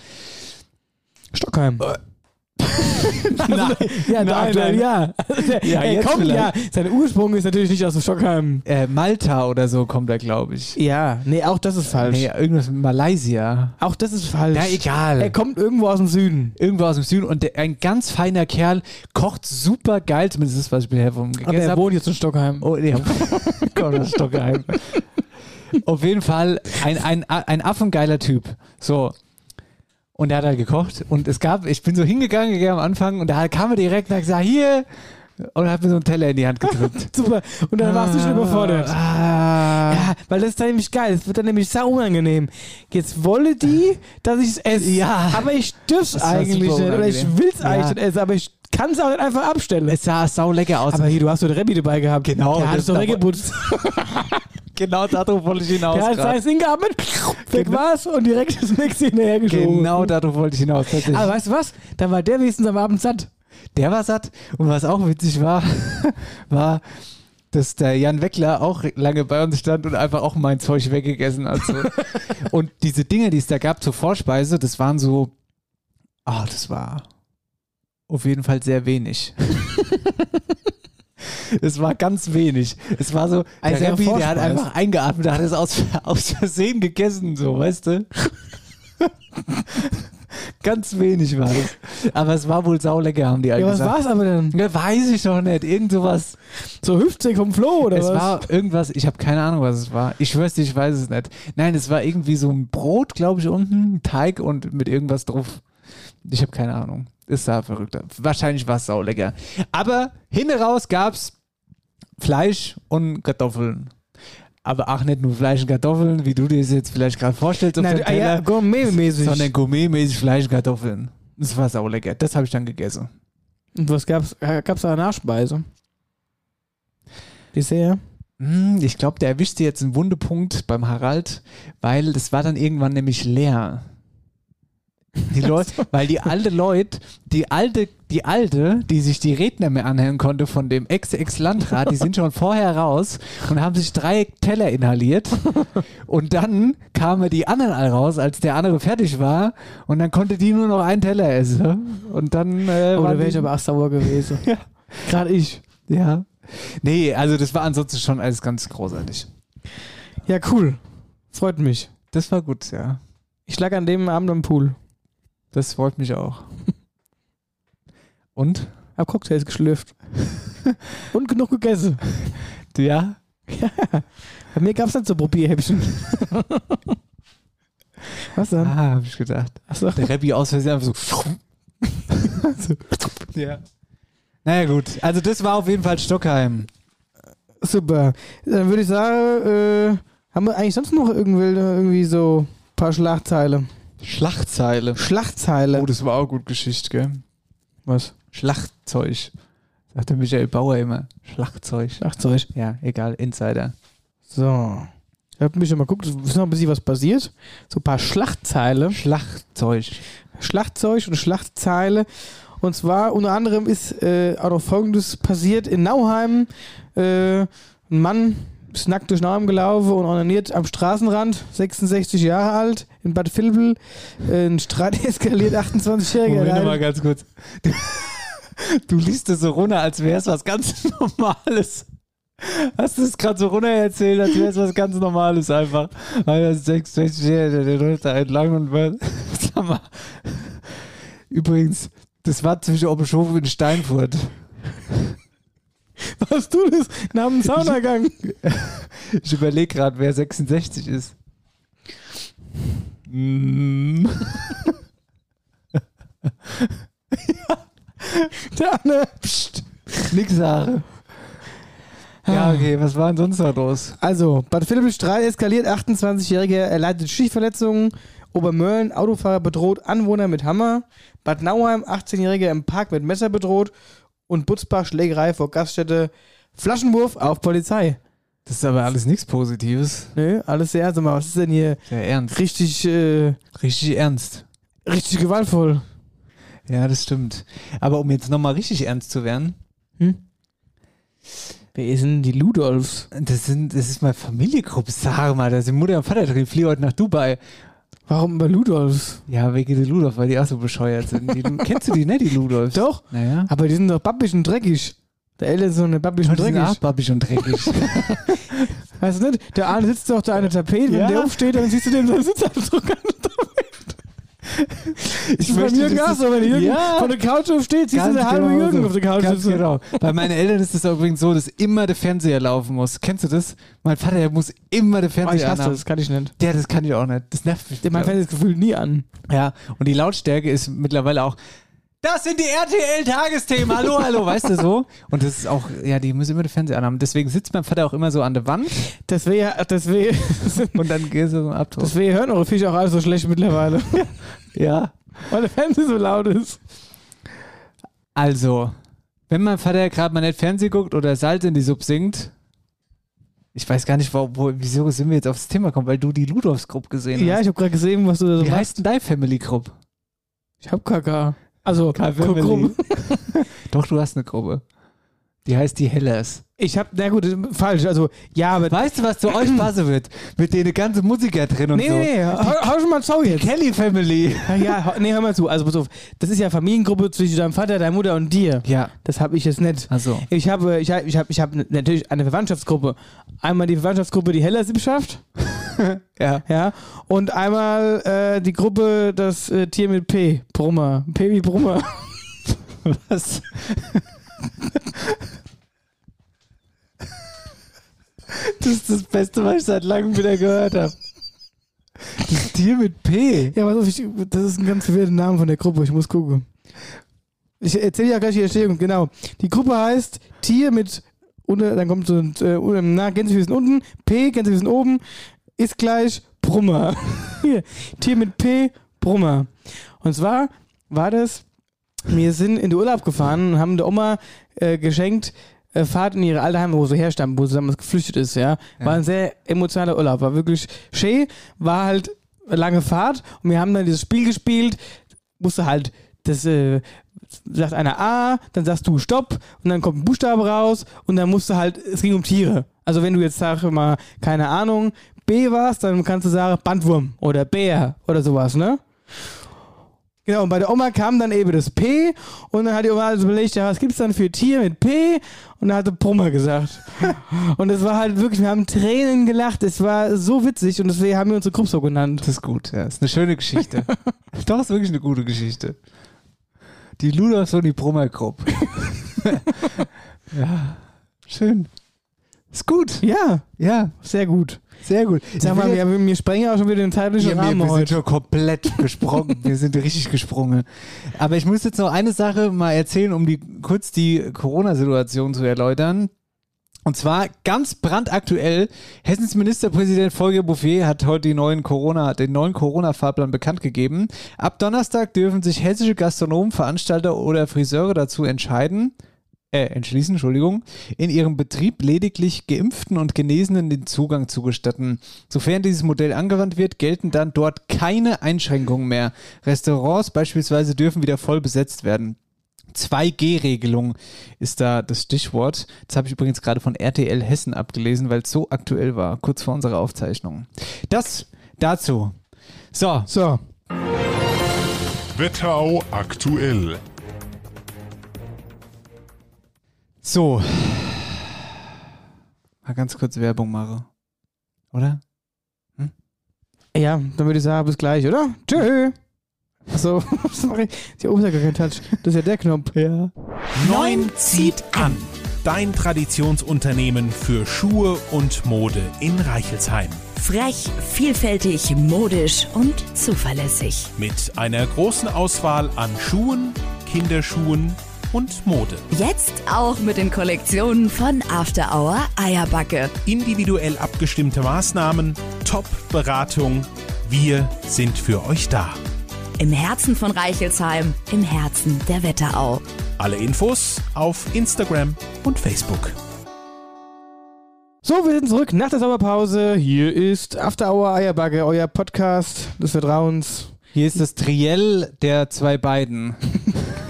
S3: Stockheim.
S4: Nein,
S3: Ja, nein,
S4: nein, nein.
S3: nein, ja.
S4: Ja,
S3: er
S4: jetzt
S3: kommt
S4: vielleicht.
S3: ja. Sein Ursprung ist natürlich nicht aus dem Stockheim.
S4: äh, Malta oder so, kommt er, glaube ich.
S3: Ja, nee, auch das ist falsch.
S4: Nee, irgendwas mit Malaysia.
S3: Auch das ist falsch.
S4: Ja, egal.
S3: Er kommt irgendwo aus dem Süden.
S4: Irgendwo aus dem Süden und der, ein ganz feiner Kerl kocht super geil, zumindest das, was ich bisher vom
S3: Aber
S4: gegessen
S3: er
S4: habe.
S3: wohnt jetzt in Stockheim.
S4: Oh, nee, Gott, das ist doch geheim. Auf jeden Fall ein, ein, ein affengeiler Typ. So. Und der hat halt gekocht und es gab, ich bin so hingegangen gell, am Anfang und da kam er direkt und hat gesagt, hier, und hat mir so einen Teller in die Hand gedrückt.
S3: Super. Und dann warst du schon überfordert.
S4: Ah,
S3: Ja, weil das ist dann nämlich geil. Das wird dann nämlich sau unangenehm. Jetzt wolle die, dass ich es esse.
S4: Ja.
S3: Aber ich dürf's
S4: Das war
S3: eigentlich
S4: super
S3: nicht. Oder ich
S4: unangenehm.
S3: will's
S4: Ja.
S3: eigentlich nicht essen. Aber ich kann es auch nicht einfach abstellen.
S4: Es sah sau lecker aus.
S3: aber hier, du hast so den Rebbi dabei gehabt.
S4: Genau,
S3: Der hat
S4: das-
S3: es doch
S4: da-
S3: weggeputzt.
S4: genau darauf wollte ich hinaus.
S3: Der hat
S4: grad.
S3: sein Ding geatmet, weg war's und direkt das nächste hinterhergeschoben.
S4: Genau darauf wollte ich hinaus. tatsächlich.
S3: Aber weißt du was? Dann war der wenigstens am Abend satt.
S4: der war satt. Und was auch witzig war, war, dass der Jan Weckler auch lange bei uns stand und einfach auch mein Zeug weggegessen hat. So. und diese Dinge, die es da gab zur Vorspeise, das waren so, ah, das war auf jeden Fall sehr wenig. Es war ganz wenig. Es war so,
S3: Also
S4: der Rappi, der hat
S3: Vorspeise.
S4: einfach eingeatmet, der hat es aus, aus Versehen gegessen, so, weißt du? ganz wenig war das. Aber es war wohl saulecker, haben die alle
S3: Ja, was
S4: gesagt.
S3: war's aber dann?
S4: Ja, weiß ich doch nicht. Irgend sowas.
S3: So Hüftzeug vom Flo oder
S4: Es
S3: was?
S4: war irgendwas, ich habe keine Ahnung, was es war. Ich schwör's dir, ich weiß es nicht. Nein, es war irgendwie so ein Brot, glaube ich, unten, ein Teig und mit irgendwas drauf. Ich habe keine Ahnung. Es sah verrückt. aus. Wahrscheinlich war es saulecker. Aber hin raus gab's Fleisch und Kartoffeln. Aber ach, nicht nur Fleisch und Kartoffeln, wie du dir das jetzt vielleicht gerade vorstellst auf
S3: Na,
S4: dem
S3: ah ja,
S4: Teller,
S3: gourmetmäßig.
S4: sondern gourmetmäßig Fleisch und Kartoffeln. Das war saulecker. Das habe ich dann gegessen.
S3: Und was gab's? äh, Gab's da eine Nachspeise? Dessert?
S4: Hm, Ich glaube, der erwischte jetzt einen Wundepunkt beim Harald, weil das war dann irgendwann nämlich leer. Die Leute, weil die alte Leute, die alte, die alte, die sich die Redner mehr anhören konnte von dem Ex-Ex-Landrat, die sind schon vorher raus und haben sich drei Teller inhaliert. Und dann kamen die anderen alle raus, als der andere fertig war. Und dann konnte die nur noch einen Teller essen. Und dann äh,
S3: Oder
S4: waren
S3: wäre
S4: die-
S3: ich aber auch sauer gewesen?
S4: Ja.
S3: Gerade ich.
S4: ja. Nee, also das war ansonsten schon alles ganz großartig.
S3: Ja, cool. Freut mich.
S4: Das war gut, ja.
S3: Ich lag an dem Abend am Pool.
S4: Das freut mich auch. Und?
S3: Hab Cocktails geschlürft. Und genug gegessen.
S4: Ja?
S3: Bei mir gab's nicht so Probierhäppchen. was
S4: Ah,
S3: dann?
S4: hab ich gedacht.
S3: Achso.
S4: Der Rappi aus Versehen einfach so. so. ja. Naja, gut. Also, das war auf jeden Fall Stockheim.
S3: Super. Dann würde ich sagen, äh, haben wir eigentlich sonst noch irgendwelche, irgendwie so ein paar Schlagzeile?
S4: Schlachtzeile.
S3: Schlagzeile.
S4: Oh, das war auch gut Geschichte, gell?
S3: Was?
S4: Schlachtzeug. Sagt der Michael Bauer immer. Schlachtzeug.
S3: Schlagzeug.
S4: Ja, egal. Insider.
S3: So. Ich hab mich schon mal geguckt, es ist noch ein bisschen was passiert. So ein paar Schlachtzeile.
S4: Schlachtzeug.
S3: Schlachtzeug und Schlachtzeile. Und zwar unter anderem ist äh, auch noch Folgendes passiert. In Nauheim äh, ein Mann ist nackt durch den Arm gelaufen und onaniert am Straßenrand, 66 Jahre alt, in Bad Vilbel, ein Streit eskaliert, 28-Jähriger.
S4: Moment
S3: Nein.
S4: mal ganz kurz. Du, du liest das so runter, als wäre es was ganz Normales. Hast du es gerade so runter erzählt, als wäre es was ganz Normales einfach. Einer ist 66 Jahre, der läuft da entlang und wird. Sag mal. Übrigens, das war zwischen Oppenhof und Steinfurt.
S3: Was du das? Nach dem Saunagang.
S4: Ich überlege gerade, wer 66 ist. Mm.
S3: ja, Danne.
S4: Psst. Nix Haare. Ja, okay, was war denn sonst da los?
S3: Also, Bad Philipp Strahl eskaliert, 28-Jähriger erleidet Stichverletzungen. Obermörlen, Autofahrer bedroht, Anwohner mit Hammer. Bad Nauheim, 18-Jähriger im Park mit Messer bedroht. Und Butzbach, Schlägerei vor Gaststätte. Flaschenwurf auf Polizei.
S4: Das ist aber alles nichts Positives.
S3: Nö, alles sehr ernst. Sag mal, was ist denn hier?
S4: Sehr ernst.
S3: Richtig, äh,
S4: Richtig ernst.
S3: richtig gewaltvoll.
S4: Ja, das stimmt. Aber um jetzt nochmal richtig ernst zu werden,
S3: Hm? Wer sind die Ludolfs?
S4: das, sind, das ist meine Familiengruppe. Sag mal, da sind Mutter und Vater drin. Ich Flieh heute nach Dubai.
S3: Warum bei Ludolfs?
S4: Ja, wegen der Ludolf, weil die auch so bescheuert sind. Die, Lu- kennst du die, ne, die Ludolfs?
S3: Doch,
S4: Naja.
S3: aber die sind doch babbisch und dreckig. Der Elle ist so eine babbisch und
S4: Die sind auch
S3: dreckig.
S4: babbig und dreckig.
S3: Weißt du nicht? Der eine sitzt doch da an der Tapete, wenn
S4: Ja.
S3: der aufsteht, dann siehst du den seinen Sitzabdruck an der Tapete. Ich das ist bei
S4: möchte,
S3: Jürgen
S4: dass
S3: auch
S4: das-
S3: so, wenn der Jürgen
S4: Ja.
S3: von der Couch aufsteht, siehst du
S4: Ganz
S3: den halben
S4: genau
S3: Jürgen
S4: so.
S3: auf der Couch
S4: Ganz
S3: sitzen.
S4: genau. Bei meinen Eltern ist es übrigens so, dass immer der Fernseher laufen muss. Kennst du das? Mein Vater der muss immer der
S3: Oh,
S4: Fernseher
S3: ich hasse
S4: anhaben.
S3: das, kann ich nicht.
S4: Der, das kann ich auch nicht. Das nervt mich.
S3: Der mein Fernseher ist gefühlt nie an.
S4: Ja, und die Lautstärke ist mittlerweile auch. Das sind die RTL-Tagesthemen. Hallo, hallo, weißt du so? Und das ist auch, ja, die müssen immer den Fernseher anhaben. Deswegen sitzt mein Vater auch immer so an der Wand
S3: Das wäre, das wäre,
S4: und dann geht so ein Abdruck.
S3: das wäre, hören eure Fische auch alles so schlecht mittlerweile.
S4: Ja.
S3: Weil der Fernseher so laut ist.
S4: Also, wenn mein Vater gerade mal nicht Fernsehen guckt oder Salz in die Sub singt, ich weiß gar nicht, wo, wo, wieso sind wir jetzt aufs Thema gekommen, weil du die Ludolfs Group gesehen
S3: Ja,
S4: hast.
S3: ich habe gerade gesehen, was du da so
S4: Wie
S3: machst.
S4: heißt denn deine Family Group?
S3: Ich hab Kaka. Also, Kaka.
S4: Doch, du hast eine Gruppe. Die heißt die Hellers.
S3: Ich hab, na gut, falsch. Also, ja, aber.
S4: Weißt du, was zu euch passen wird? Mit denen ganze Musiker drin und
S3: Nee,
S4: so.
S3: nee, nee, hau, hau schon mal zu jetzt.
S4: Kelly Family.
S3: Ja, Ja, hau- nee, hör mal zu. Also, pass auf. Das ist ja Familiengruppe zwischen deinem Vater, deiner Mutter und dir.
S4: Ja,
S3: Das habe ich jetzt nicht.
S4: also.
S3: Ich habe, ich habe, ich habe, ich habe natürlich eine Verwandtschaftsgruppe. Einmal die Verwandtschaftsgruppe, die Heller Sippschaft,
S4: Ja.
S3: ja, und einmal äh, die Gruppe, das äh, Tier mit P, Brummer, P wie Brummer.
S4: Was? Das ist das Beste, was ich seit langem wieder gehört habe. Das Tier mit P.
S3: Ja, pass auf, ich, das ist ein ganz verwirrter Name von der Gruppe, ich muss gucken. Ich erzähle ja gleich die Erklärung, genau. Die Gruppe heißt Tier mit, unter, dann kommt so ein, äh, unter- na, Gänsefüßen unten, P, Gänsefüßen oben, ist gleich Brummer. Hier, Tier mit P, Brummer. Und zwar war das, wir sind in den Urlaub gefahren und haben der Oma äh, geschenkt, äh, Fahrt in ihre alte Heimat, wo sie herstammt, wo sie damals geflüchtet ist, ja. War ein sehr emotionaler Urlaub, war wirklich schön, war halt eine lange Fahrt und wir haben dann dieses Spiel gespielt, musste halt das äh, sagt einer A, dann sagst du Stopp und dann kommt ein Buchstabe raus und dann musst du halt, es ging um Tiere. Also wenn du jetzt sag ich mal, keine Ahnung, B warst, dann kannst du sagen Bandwurm oder Bär oder sowas, ne? Genau, und bei der Oma kam dann eben das P und dann hat die Oma also überlegt, ja, was gibt's dann für Tier mit P? Und dann hat sie Brummer gesagt. und es war halt wirklich, wir haben Tränen gelacht, es war so witzig und deswegen haben wir unsere Gruppe so genannt.
S4: Das ist gut, ja. Ist eine schöne Geschichte. Doch, ist wirklich eine gute Geschichte. Die Ludolfs und die Brummer Group. ja, schön. Ist gut.
S3: Ja,
S4: Ja,
S3: sehr gut.
S4: sehr gut. Ich
S3: Sag mal,
S4: will
S3: wir, wir sprengen auch schon wieder den zeitlichen
S4: Ja, wir,
S3: Rahmen
S4: wir sind
S3: heute.
S4: schon komplett gesprungen. wir sind richtig gesprungen. Aber ich muss jetzt noch eine Sache mal erzählen, um die, kurz die Corona-Situation zu erläutern. Und zwar ganz brandaktuell, Hessens Ministerpräsident Volker Bouffier hat heute die neuen Corona, den neuen Corona-Fahrplan bekannt gegeben. Ab Donnerstag dürfen sich hessische Gastronomen, Veranstalter oder Friseure dazu entscheiden, äh, entschließen, Entschuldigung, in ihrem Betrieb lediglich Geimpften und Genesenen den Zugang zu gestatten. Sofern dieses Modell angewandt wird, gelten dann dort keine Einschränkungen mehr. Restaurants beispielsweise dürfen wieder voll besetzt werden. 2G-Regelung ist da das Stichwort. Das habe ich übrigens gerade von RTL Hessen abgelesen, weil es so aktuell war, kurz vor unserer Aufzeichnung. Das dazu. So. So.
S8: Wetterau aktuell.
S4: So. Mal ganz kurz Werbung mache. Oder?
S3: Ja, dann würde ich sagen, bis gleich, oder? Tschö. Achso, sorry. Die Hose gar kein Touch. Das ist ja der Knopf. Ja.
S6: 9 zieht an. Dein Traditionsunternehmen für Schuhe und Mode in Reichelsheim.
S13: Frech, vielfältig, modisch und zuverlässig.
S6: Mit einer großen Auswahl an Schuhen, Kinderschuhen und Mode.
S13: Jetzt auch mit den Kollektionen von After Hour Eierbacke.
S6: Individuell abgestimmte Maßnahmen, Top-Beratung. Wir sind für euch da.
S13: Im Herzen von Reichelsheim, im Herzen der Wetterau.
S6: Alle Infos auf Instagram und Facebook.
S3: So, wir sind zurück nach der Sommerpause. Hier ist After Hour Eierbacke, euer Podcast des Vertrauens.
S4: Hier ist das Triell der zwei beiden.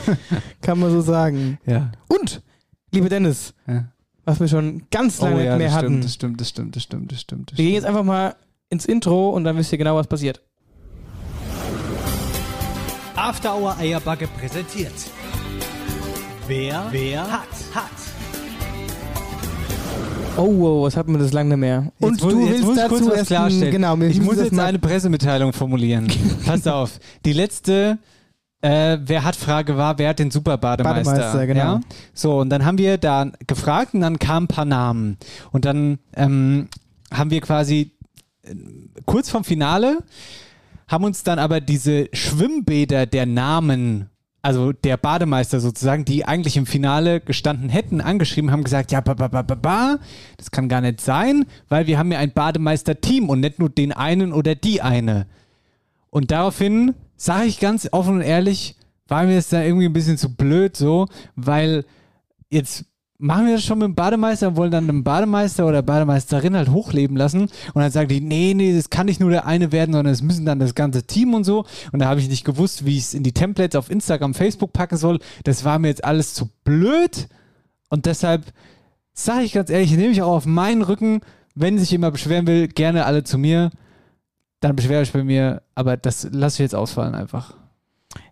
S4: Oh
S3: Kann man so sagen.
S4: Ja.
S3: Und, lieber Dennis,
S4: Ja. Oh
S3: was wir schon ganz lange nicht mehr
S4: das
S3: hatten.
S4: stimmt, das stimmt, das stimmt, das stimmt, das stimmt. Das
S3: Wir gehen
S4: stimmt.
S3: jetzt einfach mal ins Intro und dann wisst ihr genau, was passiert.
S14: After Hour Eierbacke präsentiert. Wer, wer hat, hat.
S3: Oh wow, was hat man das lange mehr?
S4: Jetzt
S3: Und
S4: muss-
S3: du
S4: jetzt
S3: willst
S4: muss ich kurz
S3: dazu
S4: was
S3: erst ein-
S4: klarstellen.
S3: genau, wir
S4: ich
S3: müssen
S4: muss
S3: das
S4: jetzt
S3: mal-
S4: eine Pressemitteilung formulieren. Pass auf. Die letzte äh, Wer hat Frage war, wer hat den Superbademeister?
S3: Bademeister, genau.
S4: Ja? So, und dann haben wir da gefragt und dann kamen ein paar Namen. Und dann ähm, haben wir quasi äh, kurz vom Finale haben uns dann aber diese Schwimmbäder der Namen, also der Bademeister sozusagen, die eigentlich im Finale gestanden hätten, angeschrieben, haben gesagt, ja, ba, ba, ba, ba, ba, das kann gar nicht sein, weil wir haben ja ein Bademeister-Team und nicht nur den einen oder die eine. Und daraufhin sage ich ganz offen und ehrlich, war mir das da irgendwie ein bisschen zu blöd so, weil jetzt machen wir das schon mit dem Bademeister und wollen dann den Bademeister oder Bademeisterin halt hochleben lassen. Und dann sagen die, nee, nee, das kann nicht nur der eine werden, sondern es müssen dann das ganze Team und so. Und da habe ich nicht gewusst, wie ich es in die Templates auf Instagram, Facebook packen soll. Das war mir jetzt alles zu blöd. Und deshalb sage ich ganz ehrlich, nehme ich auch auf meinen Rücken, wenn sich jemand beschweren will, gerne alle zu mir. Dann beschwere ich bei mir, aber das lasse ich jetzt ausfallen einfach.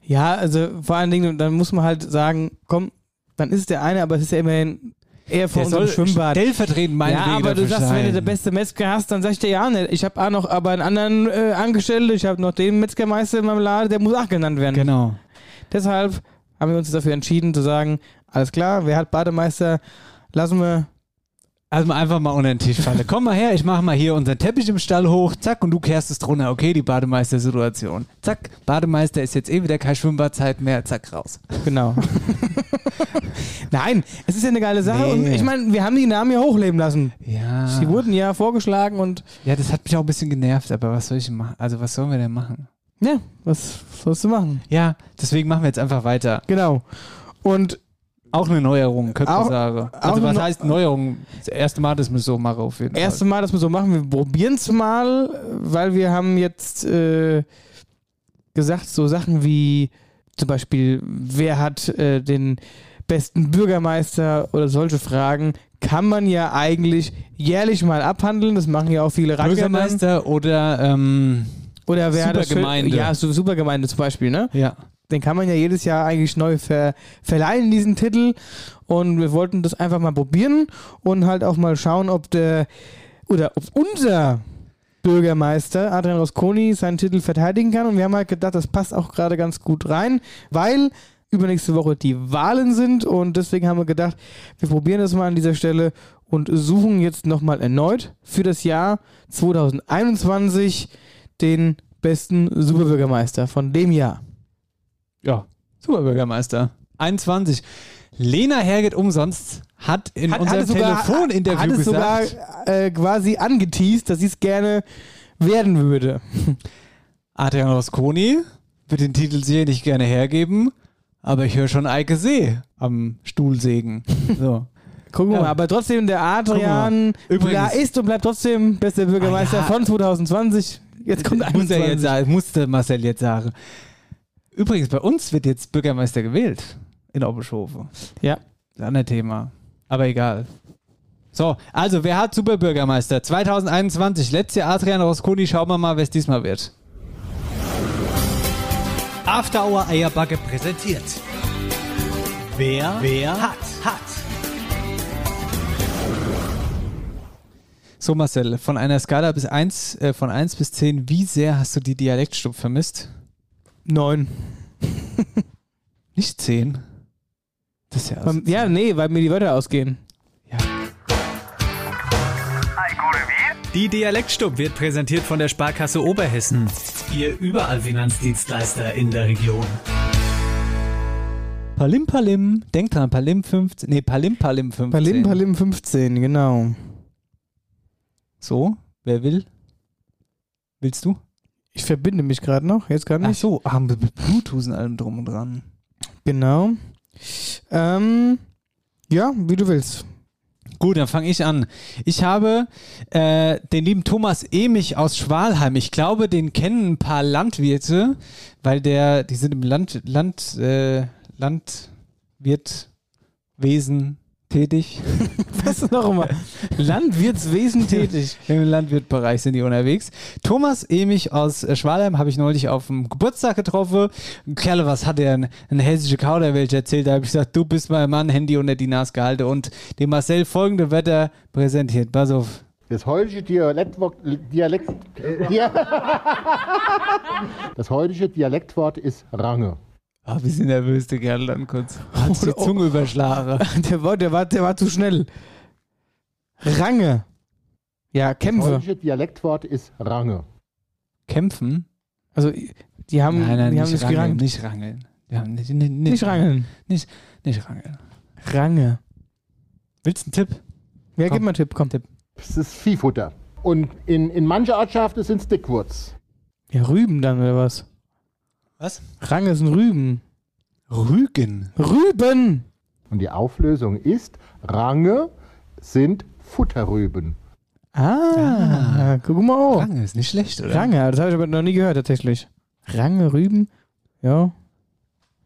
S3: Ja, also vor allen Dingen, dann muss man halt sagen, komm, dann ist der eine, aber es ist ja immerhin eher vor
S4: Der
S3: unserem
S4: soll
S3: Schwimmbad.
S4: stellvertretend mein
S3: Ja,
S4: Rede
S3: aber du
S4: dafür
S3: sagst, wenn du
S4: sein.
S3: der beste Metzger hast, dann sag ich dir ja nicht. Ich habe auch noch aber einen anderen äh, Angestellten, ich habe noch den Metzgermeister in meinem Laden, der muss auch genannt werden.
S4: Genau.
S3: Deshalb haben wir uns dafür entschieden zu sagen, alles klar, wer hat Bademeister, lassen wir
S4: Also mal einfach mal unter den Tisch falle. Komm mal her, ich mache mal hier unseren Teppich im Stall hoch, zack, und du kehrst es drunter. Okay, die Bademeister-Situation. Zack, Bademeister ist jetzt eh wieder keine Schwimmbadzeit mehr, zack, raus.
S3: Genau. Nein, es ist ja eine geile Sache.
S4: Nee. Ah.
S3: Und ich meine, wir haben die Namen ja hochleben lassen.
S4: Ja.
S3: Sie wurden ja vorgeschlagen und
S4: Ja, das hat mich auch ein bisschen genervt, aber was soll ich denn machen? Also, was sollen wir denn machen?
S3: ja, was sollst du machen?
S4: Ja, deswegen machen wir jetzt einfach weiter.
S3: Genau. Und
S4: auch eine Neuerung, könnte man
S3: Auch-
S4: sagen.
S3: auch
S4: Also, was
S3: eine-
S4: heißt Neuerung? Das erste Mal, dass man so mache, auf jeden Fall.
S3: Erste Mal, dass wir so machen, wir probieren es mal, weil wir haben jetzt äh, gesagt, so Sachen wie zum Beispiel, wer hat äh, den besten Bürgermeister oder solche Fragen, kann man ja eigentlich jährlich mal abhandeln. Das machen ja auch viele Radler dann.
S4: Bürgermeister oder, ähm,
S3: Oder wer hat das schön-
S4: Supergemeinde.
S3: Ja, so Supergemeinde zum Beispiel, ne?
S4: Ja.
S3: Den kann man ja jedes Jahr eigentlich neu ver verleihen, diesen Titel. Und wir wollten das einfach mal probieren und halt auch mal schauen, ob der oder ob unser Bürgermeister Adrian Rosconi seinen Titel verteidigen kann. Und wir haben halt gedacht, das passt auch gerade ganz gut rein, weil übernächste Woche die Wahlen sind. Und deswegen haben wir gedacht, wir probieren das mal an dieser Stelle und suchen jetzt nochmal erneut für das Jahr 2021 den besten Superbürgermeister von dem Jahr.
S4: Ja, Superbürgermeister. 21. Lena Herget umsonst hat in
S3: Hat- hat
S4: unserem
S3: es sogar- hat
S4: Telefoninterview
S3: es
S4: gesagt.
S3: sogar äh, quasi angeteased, dass sie es gerne werden würde.
S4: Adrian Rosconi wird den Titel sicherlich gerne hergeben, aber ich höre schon Eike See am Stuhlsägen. So.
S3: Gucken wir
S4: Ja.
S3: mal, aber trotzdem der Adrian
S4: Gucken wir
S3: da
S4: mal. Übrigens-
S3: ist und bleibt trotzdem bester Bürgermeister
S4: Ah, ja.
S3: von 2020. Jetzt kommt
S4: muss er jetzt
S3: 21.
S4: sagen, musste Marcel jetzt sagen. Übrigens, bei uns wird jetzt Bürgermeister gewählt. in Oppelschofe.
S3: Ja.
S4: Das andere Thema. Aber egal. So, also wer hat Superbürgermeister 2021? Letztes Jahr Adrian Rosconi. Schauen wir mal, wer es diesmal wird.
S14: After Hour Eierbacke präsentiert. Wer, wer hat, hat.
S4: So Marcel, von einer Skala bis 1, äh, von 1 bis 10, wie sehr hast du die Dialektstub vermisst?
S3: 9.
S4: Nicht 10. Das ist ja
S3: Weil- Ja, nee, weil mir die Wörter ausgehen.
S15: Die Dialektstub wird präsentiert von der Sparkasse Oberhessen. Ihr überall Finanzdienstleister in der Region.
S4: Palim Palim, denk dran, Palim 15, nee, Palim Palim 15.
S3: Palim Palim 15, genau.
S4: So, wer will? Willst du?
S3: Ich verbinde mich gerade noch, jetzt gar nicht. Ach
S4: so, haben wir mit Bluetooth und allem drum und dran.
S3: Ah. Genau. Ähm, ja, wie du willst.
S4: Gut, dann fange ich an. Ich habe äh, den lieben Thomas Emich aus Schwalheim. Ich glaube, den kennen ein paar Landwirte, weil der, die sind im Land, Land, äh, Landwirtwesen tätig.
S3: Was nochmal? Landwirtswesen tätig.
S4: Im Landwirtbereich sind die unterwegs. Thomas Emich aus äh, Schwalheim habe ich neulich auf dem Geburtstag getroffen. Kerle, was hat er? Ein, ein hessische Kauderwelsch erzählt. Da habe ich gesagt, du bist mein Mann, Handy unter die Nase gehalten und dem Marcel folgende Wetter präsentiert. Pass auf.
S16: Das heutige Dialektwort, Dialekt, äh, Dia das heutige Dialektwort ist Range.
S4: Ah, wir sind nervös, der Kerl dann kurz. Hat die Zunge überschlagen.
S3: Der war, der, war, der war zu schnell. Range. Ja,
S16: Das
S3: Kämpfe.
S16: heutige Dialektwort ist Range.
S4: Kämpfen?
S3: Also, die haben,
S4: Nein, nein,
S3: die haben
S4: nicht,
S3: sich
S4: rangeln,
S3: gerangt.
S4: nicht rangeln. Wir haben nicht, nicht, nicht,
S3: Nicht rangeln.
S4: Nicht, nicht rangeln.
S3: Range.
S4: Willst du einen Tipp?
S3: Ja, gib mal einen Tipp, komm. Tipp.
S16: Das ist Viehfutter. Und in, in mancher Ortschaft sind es Dickwurz.
S3: Ja, Rüben dann, oder was?
S4: Was?
S3: Range sind Rüben.
S4: Rügen.
S3: Rüben!
S16: Und die Auflösung ist, Range sind Futterrüben.
S3: Ah, guck mal auf.
S4: Range ist nicht schlecht, oder?
S3: Range, das habe ich aber noch nie gehört tatsächlich. Range, Rüben, ja.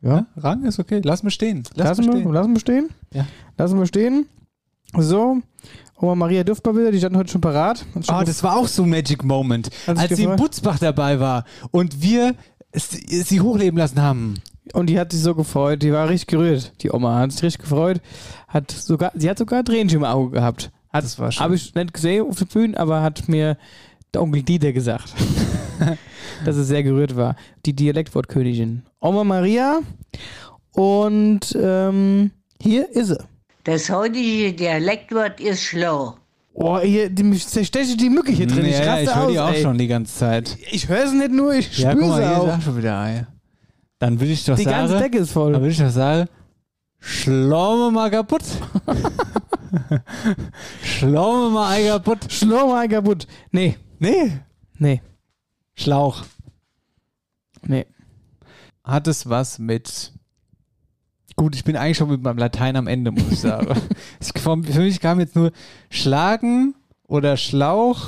S3: Ja,
S4: Rang ist okay. Lass mich stehen. Lass
S3: lassen,
S4: mich
S3: wir,
S4: stehen.
S3: lassen wir stehen.
S4: Ja.
S3: Lassen wir stehen. So, Oma Maria Duftbar wieder, die stand heute schon parat. Hat schon
S4: Ah,
S3: gef-
S4: das war auch so ein Magic Moment,
S3: Hat sich
S4: als sie in
S3: gefreut.
S4: Butzbach dabei war und wir es- sie hochleben lassen haben.
S3: Und die hat sich so gefreut, die war richtig gerührt. Die Oma hat sich richtig gefreut. Hat sogar, sie hat sogar Tränchen im Auge gehabt. Hat, das war
S4: schön.
S3: Habe ich nicht gesehen auf der Bühne, aber hat mir der Onkel Dieter gesagt, dass es sehr gerührt war. Die Dialektwortkönigin. Oma Maria. Und ähm, hier ist sie.
S17: Das heutige Dialektwort ist schlau.
S3: Oh, hier, die, mich zersteche die Mücke hier drin. ich
S4: ja,
S3: raste
S4: ich höre die
S3: aus,
S4: auch
S3: ey.
S4: schon die ganze Zeit.
S3: Ich höre es nicht nur, ich
S4: ja,
S3: spüre
S4: guck mal,
S3: sie
S4: hier ist
S3: auch.
S4: auch schon wieder Ei. Dann würde ich doch
S3: Die
S4: sagen,
S3: ganze Decke ist voll.
S4: Dann würde ich doch sagen, schlauen wir mal kaputt. schlauen wir mal Ei kaputt.
S3: Schlauen wir Ei kaputt. Nee.
S4: Nee.
S3: Nee.
S4: Schlauch.
S3: Nee.
S4: Hat es was mit. Gut, ich bin eigentlich schon mit meinem Latein am Ende, muss ich sagen. Es- von- Für mich kam jetzt nur Schlagen oder Schlauch.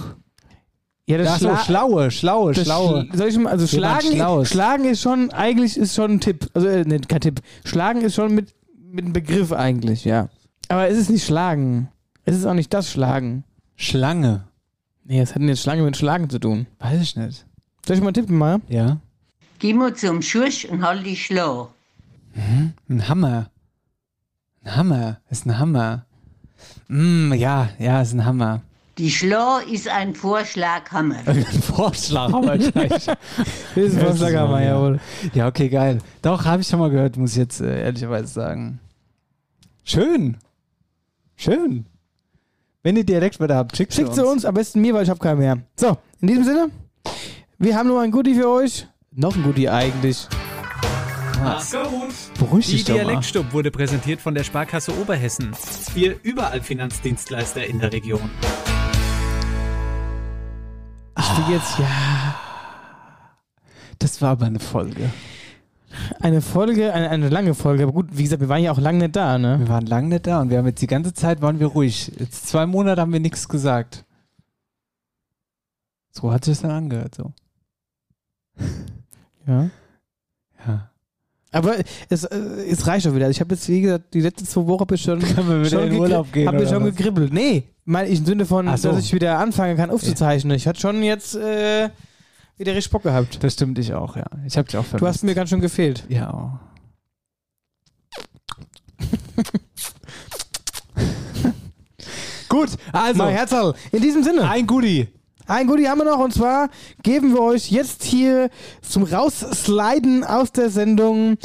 S3: Ja, das
S4: Ach so,
S3: Schla-
S4: Schlaue, Schlaue,
S3: Das
S4: Schlaue.
S3: Schl- Soll ich mal, also
S4: Jemand
S3: schlagen,
S4: Schlaues.
S3: schlagen ist schon, eigentlich ist schon ein Tipp. Also, äh, nee, kein Tipp. Schlagen ist schon mit, mit einem Begriff eigentlich, ja. Aber es ist nicht Schlagen. Es ist auch nicht das Schlagen.
S4: Schlange.
S3: Nee, es hat denn jetzt Schlange mit Schlagen zu tun.
S4: Weiß ich nicht.
S3: Soll ich mal tippen mal?
S4: Ja.
S17: Geh mal zum Schursch und halt dich schlau.
S4: Ein Hammer. Ein Hammer. Ist ein Hammer. Mm, ja, ja, ist ein Hammer.
S17: Die Schlau ist ein Vorschlaghammer.
S4: Ein Vorschlaghammer gleich.
S3: Ist ein Vorschlaghammer, jawohl.
S4: Ja, okay, geil. Doch, habe ich schon mal gehört, muss ich jetzt äh, ehrlicherweise sagen. Schön. Schön. Wenn ihr Dialektwörter habt, schickt,
S3: Schickt sie uns, am besten mir, weil ich habe keinen mehr. So, in diesem Sinne, wir haben nur ein Goodie für euch. Noch ein Goodie eigentlich.
S15: Mach's gut.
S4: Beruhig
S15: Die
S4: dich doch mal.
S15: Dialektstub wurde präsentiert von der Sparkasse Oberhessen. Ihr überall Finanzdienstleister in der Region.
S3: Ich will jetzt, ja,
S4: Das war aber eine Folge.
S3: eine Folge, eine, eine lange Folge. Aber gut, wie gesagt, wir waren ja auch lange nicht da, ne?
S4: Wir waren lange nicht da und wir haben jetzt die ganze Zeit waren wir ruhig. Jetzt zwei Monate haben wir nichts gesagt. So hat sich das dann angehört, so.
S3: Ja.
S4: Ja.
S3: Aber es, äh, es reicht schon wieder. Also ich habe jetzt, wie gesagt, die letzten zwei Wochen hab ich schon,
S4: Können wir wieder
S3: schon
S4: in den Urlaub gehen,
S3: Habe ich
S4: oder
S3: schon
S4: was?
S3: gekribbelt. Nee, meine ich im Sinne von,
S4: Ach so.
S3: dass ich wieder anfangen kann aufzuzeichnen. Ich hatte schon jetzt äh, wieder richtig Bock gehabt.
S4: Das stimmt, ich auch, ja. Ich habe dich auch vermisst.
S3: Du hast mir ganz schön gefehlt.
S4: Ja. auch. Gut, also.
S3: Mein Herzl, in diesem Sinne.
S4: Ein Goodie.
S3: Ein Goodie haben wir noch und zwar geben wir euch jetzt hier zum Raussliden aus der Sendung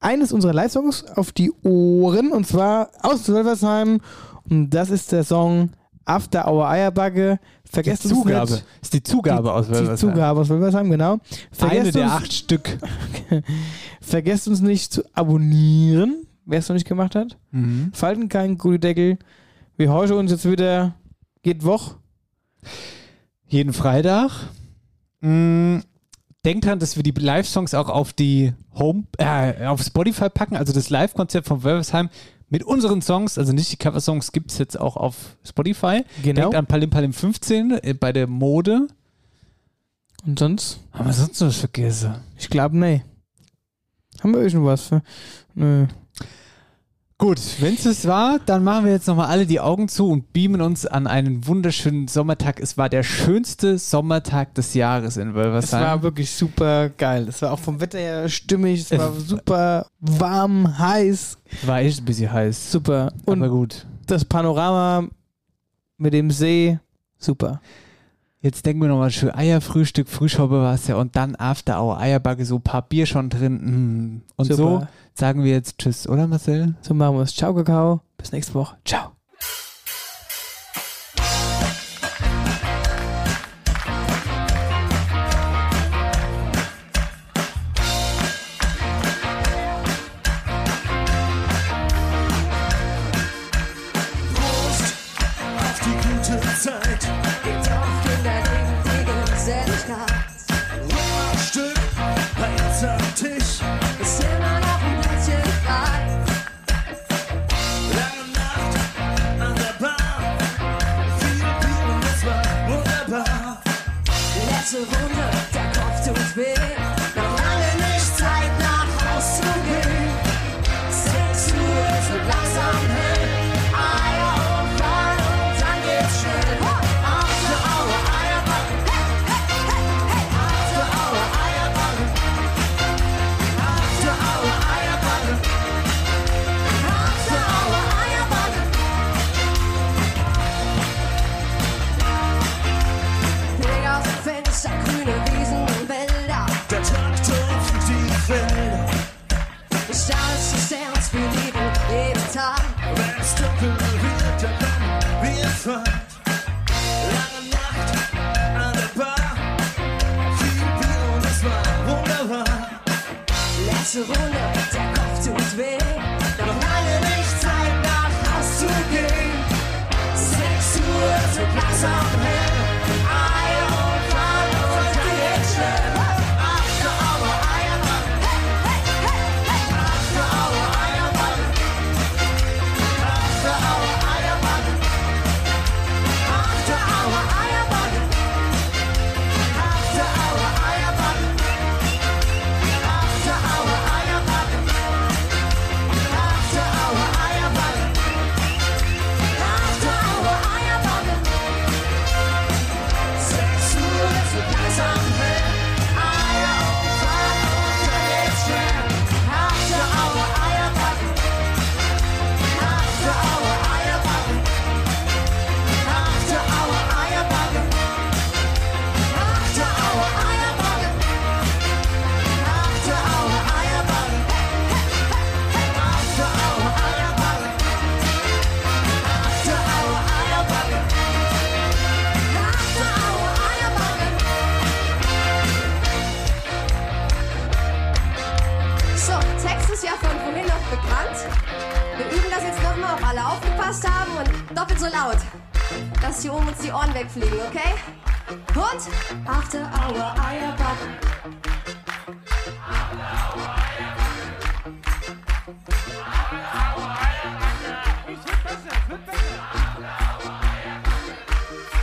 S3: eines unserer Live-Songs auf die Ohren und zwar aus Wölfersheim und das ist der Song After Our Eierbacke. Vergesst
S4: Die
S3: uns
S4: Zugabe.
S3: nicht.
S4: Ist die Zugabe aus
S3: Die
S4: Wölfersheim.
S3: Zugabe aus Wölfersheim, genau.
S4: Eine der
S3: uns-
S4: acht Stück.
S3: Vergesst uns nicht zu abonnieren, wer es noch nicht gemacht hat.
S4: Mhm.
S3: Falten keinen Gullideckel. Wir horchen uns jetzt wieder geht Woch.
S4: Jeden Freitag. Mm, Denkt dran, dass wir die Live-Songs auch auf die Home, äh, auf Spotify packen, also das Live-Konzert von Wölfersheim mit unseren Songs, also nicht die Cover-Songs, gibt es jetzt auch auf Spotify.
S3: Genau.
S4: Denkt an Palim Palim 15 äh, bei der Mode.
S3: Und sonst?
S4: Haben wir sonst noch was vergessen?
S3: Ich glaube, nee. Haben wir irgendwas für. Nö.
S4: Gut, wenn es das war, dann machen wir jetzt nochmal alle die Augen zu und beamen uns an einen wunderschönen Sommertag. Es war der schönste Sommertag des Jahres in
S3: Es
S4: Wölfersheim.
S3: war wirklich super geil. Es war auch vom Wetter her stimmig. Es war super warm, heiß.
S4: War echt ein bisschen heiß.
S3: Super. Und
S4: Aber gut.
S3: das Panorama mit dem See, super.
S4: Jetzt denken wir nochmal schön Eierfrühstück, Frühschoppe war es ja und dann After Hour Eierbacke, so ein paar Bier schon drin. mm. Und
S3: Super.
S4: so sagen wir jetzt Tschüss, oder Marcel?
S3: So machen wir es. Ciao, Kakao. Bis nächste Woche. Ciao.
S7: Prost auf die gute Zeit. Geht auf Kinder gegen die Gesellschaft. Römerstück bei uns am Tisch ist immer noch ein bisschen frei. Lange Nacht an der Bar, viel Bier und es war wunderbar. Letzte Runde, der Kopf tut weh. Noch lange nicht Zeit nach Haus zu gehen. 6 Uhr es wird langsam hell. Eier und Wein und dann geht's schnell. After Hour Eierbacken. After Hour Eierbacken. After Hour Eierbacken. After Hour Eierbacken. Blick aus dem Fenster, grüne Wiesen und Wälder. Der Traktor für die Felder. Ist alles ist ernst, wir leben jeden Tag. Wenn's dunkel wird, dann werden wir frei. Lange Nacht an der Bar. Viel Bier und es war wunderbar. Letzte Runde, der Kopf tut weh. Noch lange nicht Zeit, nach Haus zu gehen. 6 Uhr, es wird langsam hell. Eier und Fahrt und dann geht's schnell. After Hour, Eiermann. After Hour, Eiermann. After Hour, Eiermann. After Hour, Eiermann. After Hour, Eiermann. After Hour, Eiermann. After Hour, Eiermann. After Hour, Eiermann. Sechs Uhr, es wird langsam hell. Eier und Fahrt und dann geht's schnell. After Hour, Eierbacken. After Hour, Eierbacken. After Hour, Eierbacken. After Hour, Eierbacken. After Hour, Eierbacken. After Hour, Eierbacken. After Hour, Eierbacken. After Hour, Eierbacken.
S18: So, Text ist ja von vorhin noch bekannt. Wir üben das jetzt nochmal, ob alle aufgepasst haben und doppelt so laut, dass hier oben uns die Ohren wegfliegen, okay? Und After Hour Eierbacken.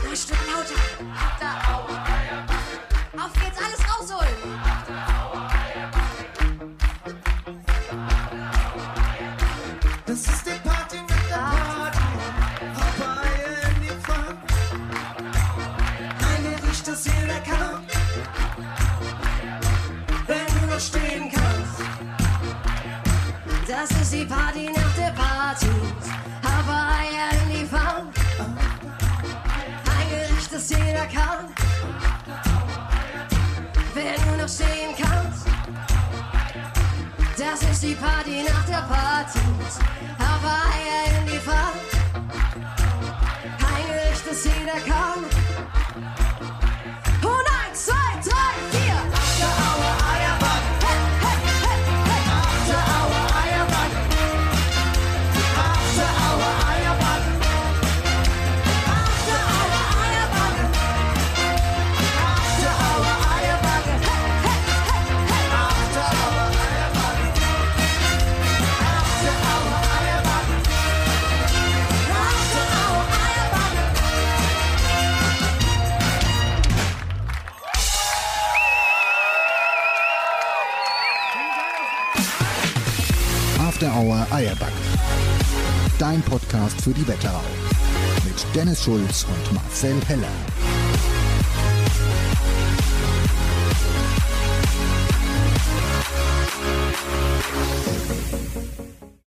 S7: Noch ein Stück lauter.
S18: Auf geht's, alles rausholen!
S7: die Party nach der Party. Habe Eier in die Pfanne. Ein Gericht, das jeder kann. Wer nur noch stehen kann. Das ist die Party nach der Party. Habe Eier in die Pfanne. Ein Gericht, das jeder kann. 1, 2, 3, 4. After Hour Eierback. Hey, hey, hey, hey. After Hour Eierback. After Hour Eierback. After Hour Eierback. After Hour Eierback. Hey, hey, hey, hey. After Hour Eierback. After Hour Eierback. After Hour Eierback.
S2: After Hour Eierback. Dein Podcast für die Wetterau. Mit Dennis Schulz und Marcel Heller.